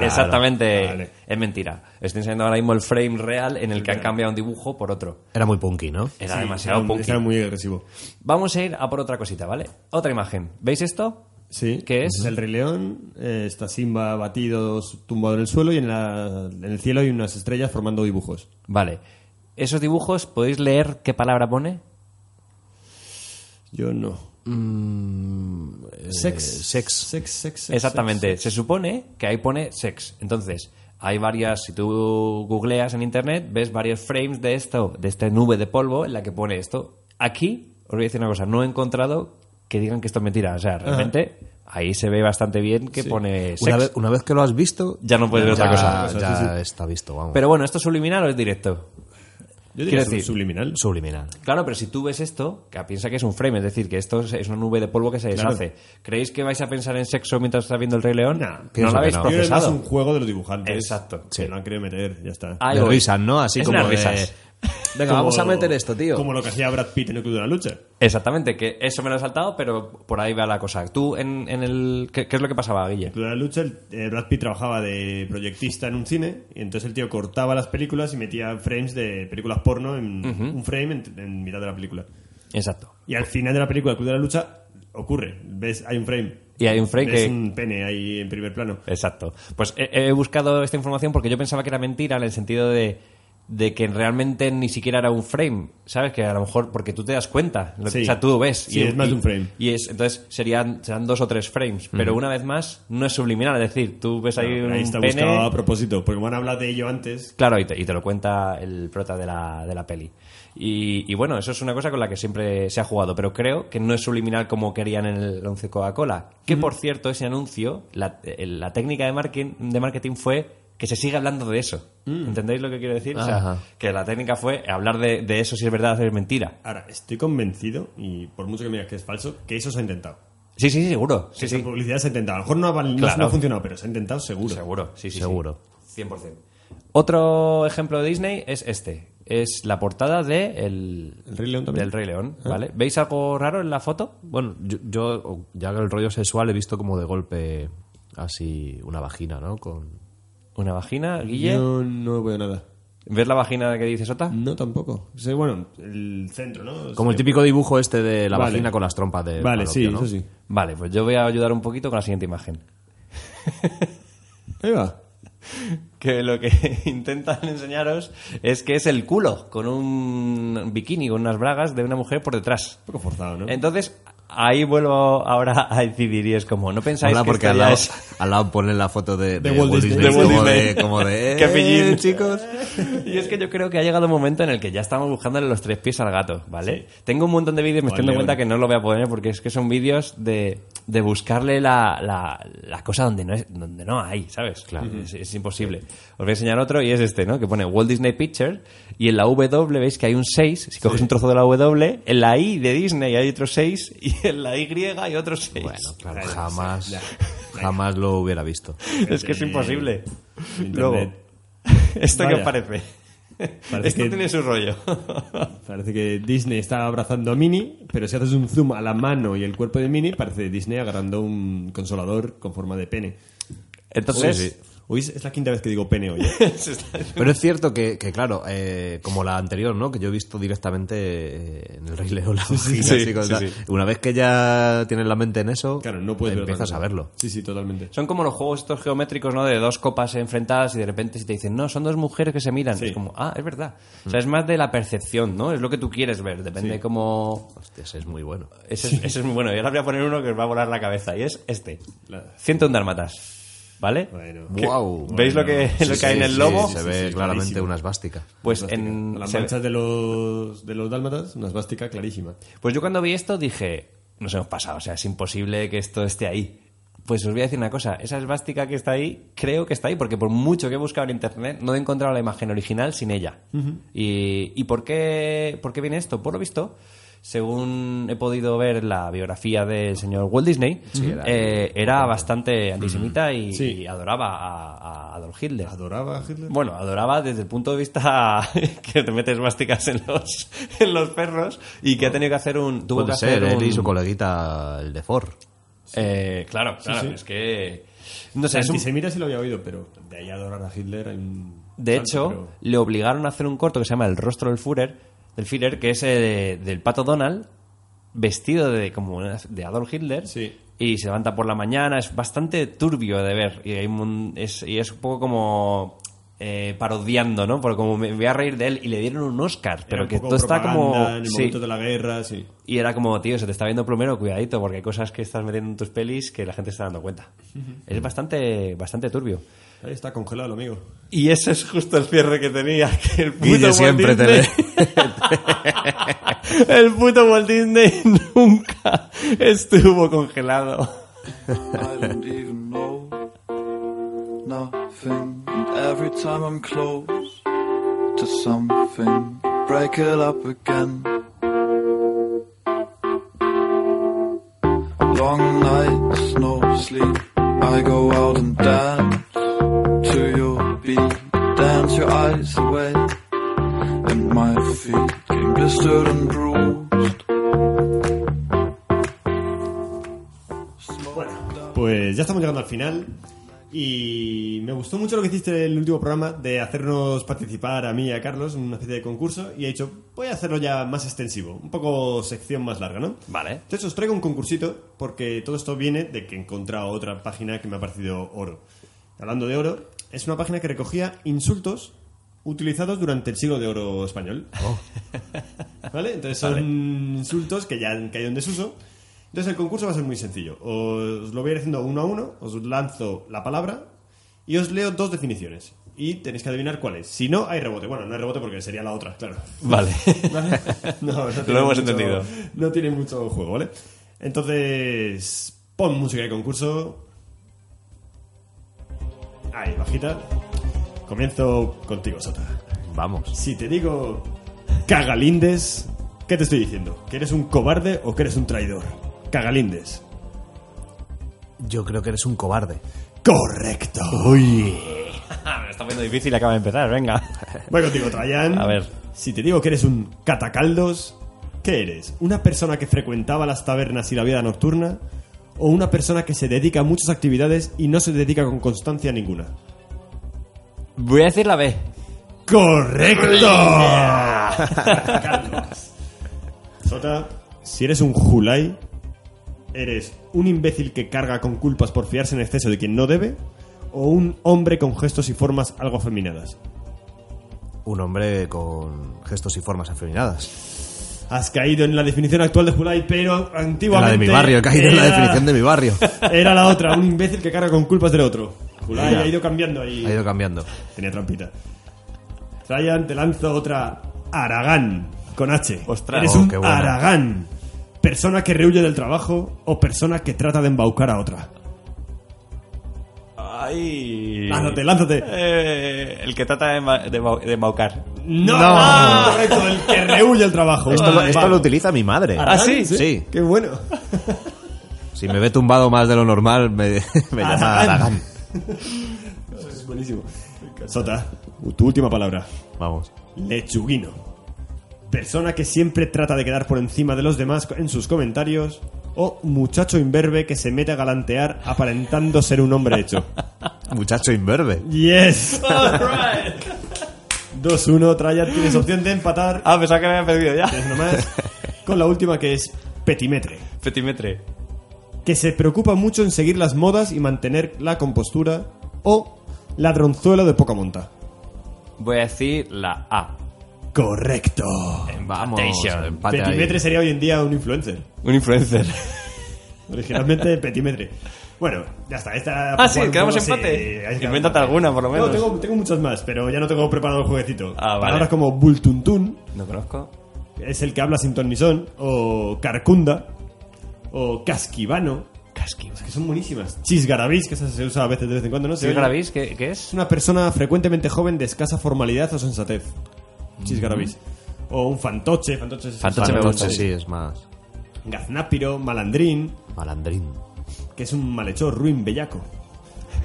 Exactamente,
Ah, vale.
es mentira. Estoy enseñando ahora mismo el frame real en el que han cambiado un dibujo por otro.
Era muy punky, ¿no?
Era
Sí,
demasiado
era un-
punky.
Era muy agresivo.
Vamos a ir a por otra cosita, ¿vale? Otra imagen. ¿Veis esto?
Sí.
¿Qué es?
El Rey León, eh, está Simba batido, tumbado en el suelo y en, la- en el cielo hay unas estrellas formando dibujos.
Vale. ¿Esos dibujos podéis leer qué palabra pone?
Yo no.
Mm,
sex. Sex. Sex, sex, sex,
Exactamente.
sex,
Se supone que ahí pone sex. Entonces, hay varias, si tú googleas en internet, ves varios frames de esto, de esta nube de polvo en la que pone esto. Aquí, os voy a decir una cosa, no he encontrado que digan que esto es mentira. O sea, realmente ahí se ve bastante bien que pone sex.
Una vez, una vez que lo has visto,
Ya no puedes ver otra cosa.
Ya
Sí, sí.
está visto, vamos.
Pero bueno, ¿esto es subliminal o es directo?
Yo
Quiero
diría sub-
decir-
subliminal.
Subliminal.
Claro, pero si tú ves esto, que piensa que es un frame, es decir, que esto es- es una nube de polvo que se
Claro.
deshace. ¿Creéis que vais a pensar en sexo mientras está viendo el Rey León? no lo
pienso que
habéis
no.
Yo creo que es más
procesado.
un juego de los dibujantes.
Exacto.
Que lo han querido meter, ya está.
Ahí
De
voy.
risas, ¿no? Así
Es
como
unas
de-
risas.
Venga, vamos a meter esto, tío.
Como lo que hacía Brad Pitt en el Club de la Lucha.
Exactamente, que eso me lo he saltado, pero por ahí va la cosa. Tú, en, en el. ¿qué, qué es lo que pasaba, Guille?
El Club de la Lucha, el- eh, Brad Pitt trabajaba de proyectista en un cine y entonces el tío cortaba las películas y metía frames de películas porno en un frame en, en mitad de la película.
Exacto.
Y al final de la película, el Club de la Lucha, ocurre. Ves, hay un frame.
Y hay un frame
Ves
que-
un pene ahí en primer plano.
Exacto. Pues he, he buscado esta información porque yo pensaba que era mentira en el sentido de, de que realmente ni siquiera era un frame, ¿sabes? Que a lo mejor porque tú te das cuenta, lo-
Sí.
o sea, tú lo ves.
Sí, es más de un frame.
Y es, entonces serían, serán dos o tres frames, pero una vez más no es subliminal, es decir, tú ves ahí
Claro,
Pues un
ahí está
pene,
buscado a propósito, porque van a hablar de ello antes.
Claro, y te, y te lo cuenta el prota de la, de la peli. Y, y bueno, eso es una cosa con la que siempre se ha jugado, pero creo que no es subliminal como querían en el 11 Coca-Cola. Que por cierto, ese anuncio, la, el- la técnica de marketing, de marketing fue que se sigue hablando de eso. ¿Entendéis lo que quiero decir? O sea,
Ajá.
que la técnica fue hablar de, de eso si es verdad o si es mentira.
Ahora, estoy convencido, y por mucho que me digas que es falso, que eso se ha intentado.
Sí, sí, sí, seguro. Sí,
Esa
sí.
publicidad se ha intentado. A lo mejor no ha, val- no-
Claro.
no ha funcionado, pero se ha intentado seguro.
Seguro, sí, sí. sí.
Seguro.
100%. Otro ejemplo de Disney es este. Es la portada de el,
¿El Rey León también?
del Rey León, ¿vale? ¿Veis algo raro en la foto?
Bueno, yo, yo, ya el rollo sexual he visto como de golpe así una vagina, ¿no? Con...
¿Una vagina, Guille?
no veo nada.
¿Ves la vagina que dice Sota?
No, tampoco. Sí, bueno, el centro, ¿no?
Como el típico dibujo este de la
Vale.
vagina con las trompas de
Vale,
Falopio,
sí,
¿no?
eso sí.
Vale, pues yo voy a ayudar un poquito con la siguiente imagen.
Ahí va.
Que lo que intentan enseñaros es que es el culo con un bikini, con unas bragas de una mujer por detrás.
Un poco forzado, ¿no?
Entonces, ahí vuelvo ahora a decidir y es como, no pensáis
Mola
que
porque
esto
al
ya
lado,
es...
al lado ponen la foto de,
De Walt Disney. De Walt
como, de,
Disney.
como de...
Qué
"Eh,
pillín".
chicos!
Y es que yo creo que ha llegado un momento en el que ya estamos buscándole los tres pies al gato, ¿vale? Tengo un montón de vídeos, me estoy dando
Vale,
cuenta
vale.
que no lo voy a poner porque es que son vídeos de, de buscarle la, la- la cosa donde no, es, donde no hay, ¿sabes? Claro. es, es imposible. Os voy a enseñar otro y es este, ¿no? Que pone Walt Disney Pictures y en la W veis que hay un 6, si coges un trozo de la W, en la I de Disney hay otro 6 y en la Y hay otro 6.
Bueno, claro, jamás, jamás lo hubiera visto.
es que es imposible.
Internet.
Luego, ¿esto qué os
Vaya.
parece?
Parece
Esto
que-
tiene su rollo.
Parece que Disney está abrazando a Minnie, pero si haces un zoom a la mano y el cuerpo de Minnie, parece Disney agarrando un consolador con forma de pene.
Entonces,
Hoy es- es la quinta vez que digo pene hoy. ¿eh?
Pero es cierto que, que, claro, eh, como la anterior, ¿no? Que yo he visto directamente eh, en el Rey León la vagina,
sí,
así, con
sí,
tal.
sí.
Una vez que ya tienes la mente en eso,
Claro, no puedes ver otra
empiezas
cosa.
a verlo.
Sí, sí, totalmente.
son como los juegos estos geométricos, ¿no? De dos copas enfrentadas y de repente si te dicen, no, son dos mujeres que se miran.
Sí.
Es como, ah, es verdad. O sea, es más de la percepción, ¿no? Es lo que tú quieres ver. Depende de cómo...
Hostias, es muy bueno.
Ese es, ese es muy bueno. Y ahora voy a poner uno que os va a volar la cabeza. Y es este.
La-
101 dálmatas. ¿vale?
Bueno.
Que-
Guau.
¿Veis lo que,
Sí,
lo que
sí,
hay en el
sí,
lobo?
se
Sí,
ve
sí, sí,
claramente
clarísimo.
una esvástica.
Pues
Una
en...
svástica. Las
se ve-
manchas de los, de los dálmatas, una esvástica clarísima.
Pues yo cuando vi esto dije, nos hemos pasado, o sea, es imposible que esto esté ahí. Pues os voy a decir una cosa, esa esvástica que está ahí, creo que está ahí, porque por mucho que he buscado en internet, no he encontrado la imagen original sin ella. ¿Y, y por, qué, por qué viene esto? Por lo visto, según he podido ver en la biografía del señor Walt Disney,
era-
eh, era bastante antisemita y,
Sí.
y adoraba a, a Adolf Hitler.
¿Adoraba a Hitler?
Bueno, adoraba desde el punto de vista que te metes másticas en los, en los perros y que ha tenido que hacer un. Tuvo
Puede
que
ser,
hacer
él y
un-
su coleguita, el de Ford.
Eh, claro, claro,
sí.
es que. No
O sea,
sé, es un-
antisemita sí lo había oído, pero de ahí a adorar a Hitler hay un...
De
salto,
hecho,
pero-
le obligaron a hacer un corto que se llama El rostro del Führer, del Führer que es eh, del pato Donald, vestido de como una- de Adolf Hitler.
Sí.
y se levanta por la mañana. Es bastante turbio de ver y, hay un- es, y es un poco como eh, parodiando, ¿no? Porque como me voy a reír de él y le dieron un Oscar, pero
un
que
poco
todo está como...
propaganda En el
sí.
momento de la guerra, sí.
Y era como, tío, se te está viendo plumero, cuidadito, porque hay cosas que estás metiendo en tus pelis que la gente está dando cuenta. Es bastante, bastante turbio.
Ahí está congelado el amigo.
Y ese es justo el cierre que tenía. Que el puto
Guille
Walt
siempre te
Disney- el puto Walt Disney nunca estuvo congelado.
I don't even know nothing. And every time I'm close to something, break it up again. Long nights, no sleep. I go out and dance to your beat. Dance your eyes away, and my feet get blistered and bruised.
Pues ya estamos llegando al final. Y me gustó mucho lo que hiciste en el último programa de hacernos participar a mí y a Carlos en una especie de concurso. Y he dicho, voy a hacerlo ya más extensivo, un poco sección más larga, ¿no?
Vale.
Entonces os traigo un concursito porque todo esto viene de que he encontrado otra página que me ha parecido oro. Hablando de oro, es una página que recogía insultos utilizados durante el siglo de oro español. ¿Vale? Entonces son
Vale.
insultos que ya han caído en desuso. Entonces el concurso va a ser muy sencillo. Os lo voy a ir haciendo uno a uno, os lanzo la palabra y os leo dos definiciones. Y tenéis que adivinar cuál es. Si no, hay rebote. Bueno, no hay rebote porque sería la otra, claro.
Vale.
¿Vale?
Lo
tiene
hemos
mucho-
entendido.
No tiene mucho juego, ¿vale? Entonces, pon música de concurso. Ahí, bajita. Comienzo contigo, Sota.
Vamos.
Si te digo cagalindes, ¿qué te estoy diciendo? ¿Que eres un cobarde o que eres un traidor? Cagalindes.
Yo creo que eres un cobarde.
Correcto.
Me lo está poniendo difícil, acaba de empezar, venga.
Voy contigo, Trajan.
A ver.
Si te digo que eres un catacaldos, ¿qué eres? ¿Una persona que frecuentaba las tabernas y la vida nocturna? ¿O una persona que se dedica a muchas actividades y no se dedica con constancia a ninguna?
Voy a decir la B.
¡Correcto! Sota, si eres un Julai, ¿eres un imbécil que carga con culpas por fiarse en exceso de quien no debe? ¿O un hombre con gestos y formas algo afeminadas?
Un hombre con gestos y formas afeminadas.
Has caído en la definición actual de Julai, pero antiguamente.
En la de mi barrio, he caído en la
era-
definición de mi barrio.
Era la otra, un imbécil que carga con culpas del otro. Julai
Mira.
ha ido cambiando ahí.
Ha ido cambiando.
Tenía trampita. Traian, te lanzo otra. Aragán, con H.
Ostras.
Eres
Oh,
un
qué buena.
Aragán. Persona que rehuye del trabajo o persona que trata de embaucar a otra.
Ay.
Lánzate, lánzate.
Eh, el que trata de, ma- de, mau- de maucar.
¡No!
No.
Ah, Correcto, el que rehuye el trabajo.
Esto, lo,
Vale.
esto lo utiliza mi madre.
¿Ah, sí?
Sí.
¡Qué bueno!
Si me ve tumbado más de lo normal, me, me llama
Aragán.
Aragán.
Eso es buenísimo. Sota, tu última palabra.
Vamos.
Lechuguino. Persona que siempre trata de quedar por encima de los demás en sus comentarios. O muchacho imberbe que se mete a galantear aparentando ser un hombre hecho.
Muchacho imberbe.
¡Yes! 2-1, Trayard, tienes opción de empatar.
Ah, pensaba que me había perdido ya.
Tienes una más. Con la última que es petimetre.
Petimetre.
Que se preocupa mucho en seguir las modas y mantener la compostura. O ladronzuelo de poca monta.
Voy a decir la A.
Correcto.
Vamos.
Temptation.
Empate ahí.
Petimetre sería hoy en día un influencer.
Un influencer.
Originalmente petimetre. Bueno, ya está. Esta
Ah, sí,
un
quedamos
poco, sí,
empate.
hay que-
Invéntate alguna, por lo menos.
No, tengo, tengo muchas más, pero ya no tengo preparado el jueguecito.
Ah, vale.
Palabras como bultuntún,
No conozco.
que es el que habla sin ton ni son, o carcunda, o casquivano,
Casqui.
que son buenísimas. Chisgarabis, que esa se usa a veces de vez en cuando, ¿no? Se oye.
¿Gravis? ¿Qué, ¿Qué es?
Es una persona frecuentemente joven de escasa formalidad o sensatez.
Mm.
Chisgarabis. O un fantoche, fantoche, es-
Fantoche me gusta.
Noche sí, es más.
Gaznápiro, malandrín,
Malandrín.
que es un malhechor, ruin, bellaco.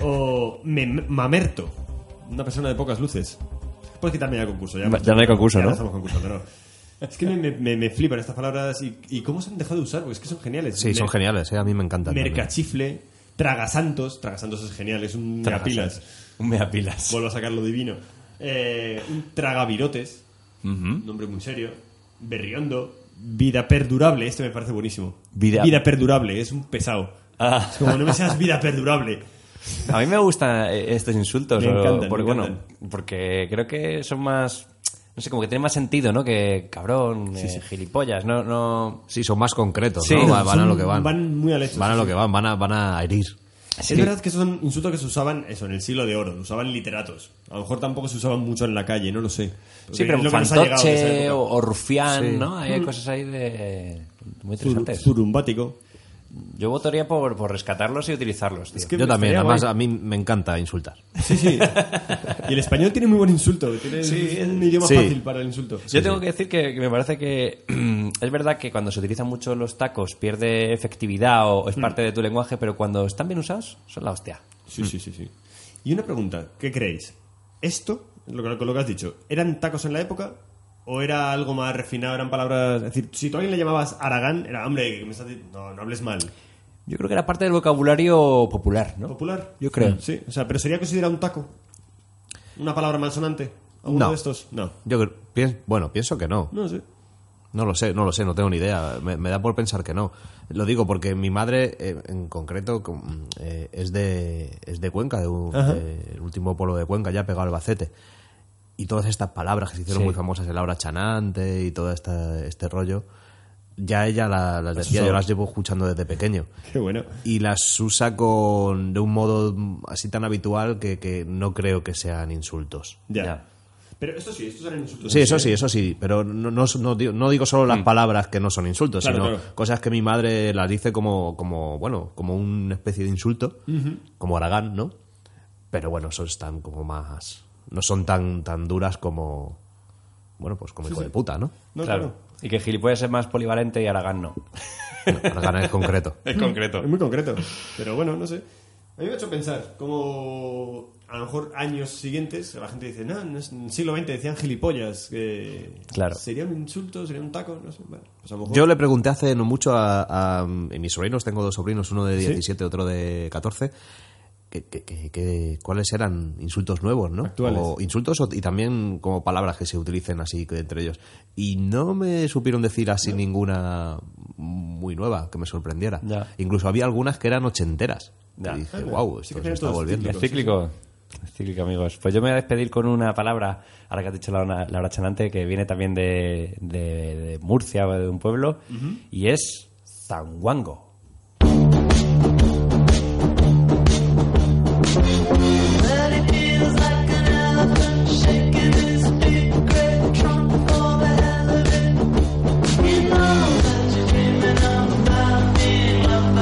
O mem- mamerto, una persona de pocas luces. Pues que también hay concurso. Ya,
Va- ya no hay concurso,
Ya
¿no?
estamos concursando, no. Es que me, me- me- me flipan estas palabras y, y cómo se han dejado de usar, porque es que son geniales.
Sí, son
Mer-
geniales, eh, a mí me encantan. también.
Mercachifle, tragasantos, tragasantos es genial, es un
Tragasantos.
pilas.
Un megapilas.
Vuelvo a sacar lo divino. Eh, un tragavirotes, nombre muy serio. Berriondo, vida perdurable, este me parece buenísimo.
Vida-
perdurable, es un pesado.
Ah.
Es como no me seas vida perdurable.
A mí me gustan eh, estos insultos.
Me
o-
encantan,
porque,
me
bueno, porque creo que son más. No sé, como que tienen más sentido, ¿no? Que cabrón, eh, gilipollas. No, no.
Sí, son más concretos,
Sí.
¿no? Va- Van, a
Son-
lo que van.
van muy al hecho,
Van a
sí,
lo
sí.
que van, van a, van a herir.
Es verdad que esos son insultos que se usaban eso, en el siglo de oro, se usaban literatos. A lo mejor tampoco se usaban mucho en la calle, no lo sé.
Sí,
Porque
pero
es lo que nos ha llegado de esa
fantoche
época.
o, o rufián,
Sí.
¿no? Ahí Hay
Mm.
cosas ahí de. Muy
Zur-
interesantes.
Zurumbático.
Yo votaría por, por rescatarlos y utilizarlos, tío.
Yo también, además a mí me encanta insultar.
Y el español tiene muy buen insulto. Tiene
Sí,
es un idioma
sí.
fácil para el insulto.
Yo tengo que decir que, que me parece que es verdad que cuando se utilizan mucho los tacos pierde efectividad o es parte de tu lenguaje, pero cuando están bien usados son la hostia.
Sí, sí, sí, sí. Y una pregunta, ¿qué creéis? ¿Esto, lo que, lo que has dicho, eran tacos en la época? ¿O era algo más refinado? ¿Eran palabras...? Es decir, si tú a alguien le llamabas Aragán, era, hombre, que me estás di- no, no hables mal.
Yo creo que era parte del vocabulario popular, ¿no?
¿Popular?
Yo creo.
Sí, o sea, pero sería considerado un taco. ¿Una palabra malsonante? ¿Alguno de estos? No.
Yo creo- piens- bueno, pienso que no.
No sé.
No lo sé, no lo sé, no tengo ni idea. Me, me da por pensar que no. Lo digo porque mi madre, eh, en concreto, com- eh, es, de, es de Cuenca, de un-
Ajá.
de- el último pueblo de Cuenca, ya pegado al Albacete. Y todas estas palabras que se hicieron
Sí.
muy famosas, el aura chanante y todo esta- este rollo, ya ella la- las decía,
son-
yo las llevo escuchando desde pequeño.
Qué bueno.
Y las usa con, de un modo así tan habitual que, que no creo que sean insultos.
Ya. Pero esto sí, estos eran insultos.
Sí, eso sí, eso sí, pero no, no, no digo, no digo solo las palabras que no son insultos,
Mm. Claro,
sino
claro.
cosas que mi madre las dice como, como, bueno, como una especie de insulto,
Ujú.
como Aragán, ¿no? Pero bueno, son están como más, no son tan, tan duras como, bueno, pues como hijo de puta, ¿no?
No,
claro.
claro.
Y que gilipollas es más polivalente y Aragán no.
Aragán es concreto.
Es concreto.
Es muy concreto. Pero bueno, no sé. A mí me ha hecho pensar como a lo mejor años siguientes la gente dice, no, no es- en el siglo XX decían gilipollas. Que
Claro.
¿Sería un insulto? ¿Sería un taco? No sé. Bueno, pues a lo mejor...
Yo le pregunté hace no mucho a, a- y mis sobrinos, tengo dos sobrinos, uno de
¿Sí?
17, otro de 14, que, que- que- que- cuáles eran insultos nuevos, ¿no?
Actuales.
O insultos o- y también como palabras que se utilicen así que entre ellos. Y no me supieron decir así ninguna muy nueva que me sorprendiera.
Ya.
Incluso había algunas que eran ochenteras.
Ya.
Y dije,
Anda.
wow,
Sí
esto
que
se
eran
está
todos
volviendo.
Es cíclico. Es cíclico, amigos. Pues yo me voy a despedir con una palabra, ahora que has dicho la, la chanante, que viene también de, de- de Murcia o de un pueblo, y es zanguango.
But it feels like an elephant shaking its big great trunk for the hell of it. You know that you're dreaming about being loved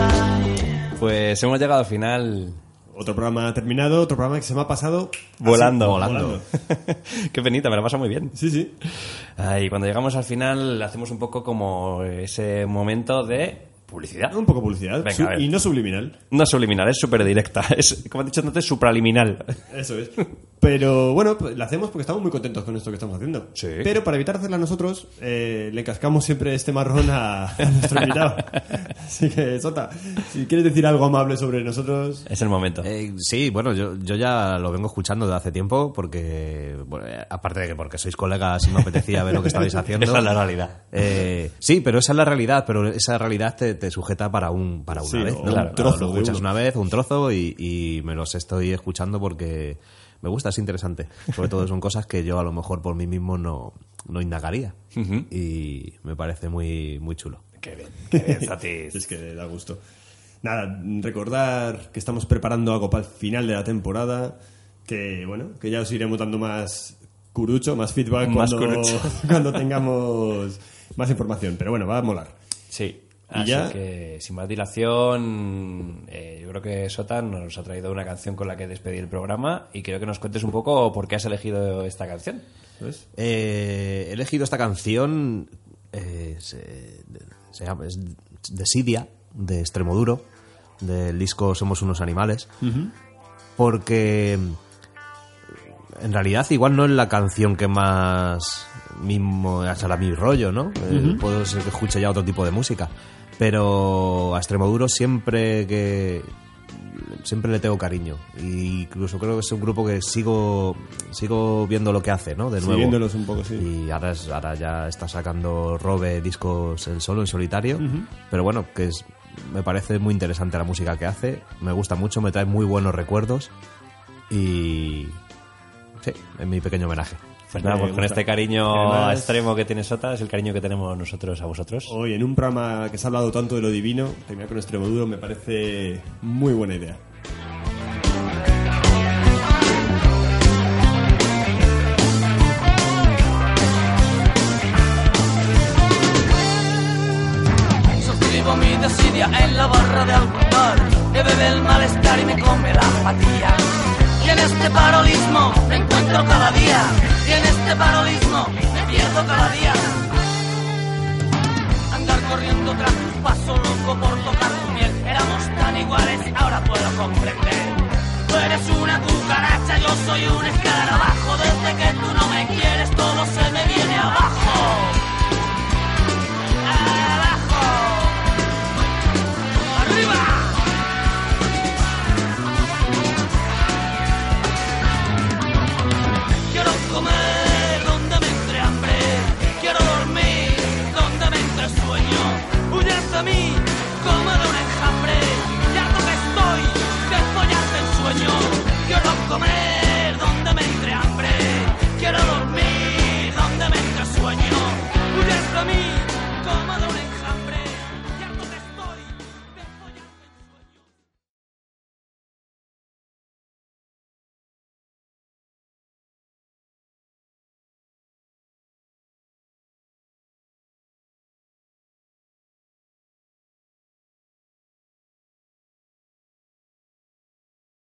by
Pues hemos llegado al final.
Otro programa terminado, otro programa que se me ha pasado... así,
Volando. Qué penita, me la pasa muy bien.
Sí, sí.
Ay, Ah, cuando llegamos al final, hacemos un poco como ese momento de publicidad.
Un poco de publicidad.
Venga,
Su-
a ver.
y no subliminal.
No subliminal, es súper directa. Es, como he dicho antes, supraliminal.
Eso es. Pero bueno, pues, la hacemos porque estamos muy contentos con esto que estamos haciendo.
Sí.
Pero para evitar hacerla nosotros, eh, le cascamos siempre este marrón a, a nuestro invitado. Así que, Sota, si quieres decir algo amable sobre nosotros,
Es el momento.
Eh, sí, bueno, yo, yo ya lo vengo escuchando desde hace tiempo porque, bueno, eh, aparte de que porque sois colegas y me apetecía ver lo que estabais haciendo.
Esa es la realidad.
Eh, sí, pero esa es la realidad, pero esa realidad te, te sujeta para un para una
Sí,
vez,
o
¿no?
un
Claro,
trozo
Lo
de
escuchas
uno.
una vez, un trozo y, y me los estoy escuchando porque me gusta, es interesante. Sobre todo son cosas que yo a lo mejor por mí mismo no, no indagaría
Ujú.
y me parece muy, muy chulo.
Qué bien, qué bien, Zati.
es que da gusto. Nada, recordar que estamos preparando algo para el final de la temporada, que bueno, que ya os iremos dando más curucho, más feedback
Más
cuando,
curucho.
cuando tengamos más información. Pero bueno, va a molar.
Sí.
Y
Así
ya-
que, sin más dilación, eh, yo creo que Sota nos ha traído una canción con la que despedir el programa y creo que nos cuentes un poco por qué has elegido esta canción.
¿Ves?
Eh, he elegido esta canción. eh, se, se llama, es de Sidia, de Extremoduro, del disco Somos unos animales. Porque en realidad igual no es la canción que más mismo será mi rollo, ¿no? Eh, Puedo ser que escuche ya otro tipo de música. Pero a Extremoduro siempre que siempre le tengo cariño. Y incluso creo que es un grupo que sigo sigo viendo lo que hace, ¿no? De nuevo.
Siguiéndolos un poco, sí.
Y ahora, es- ahora ya está sacando Robe discos en solo, en solitario. Pero bueno, que es- Me parece muy interesante la música que hace. Me gusta mucho, me trae muy buenos recuerdos. Y. Sí, es mi pequeño homenaje.
Pues nada, pues con este cariño extremo que tiene Sota, es el cariño que tenemos nosotros a vosotros.
Hoy, en un programa que se ha hablado tanto de lo divino, terminar con extremo duro me parece muy buena idea.
Soffrivo mi desidia e la borra de algún dolor Me bebe el malestar y me come la apatía Y en este parolismo me encuentro cada día Y en este parolismo me pierdo cada día Andar corriendo tras un paso loco por tocar tu miel Éramos tan iguales, ahora puedo comprender Tú eres una cucaracha, yo soy un escarabajo Desde que tú no me quieres todo se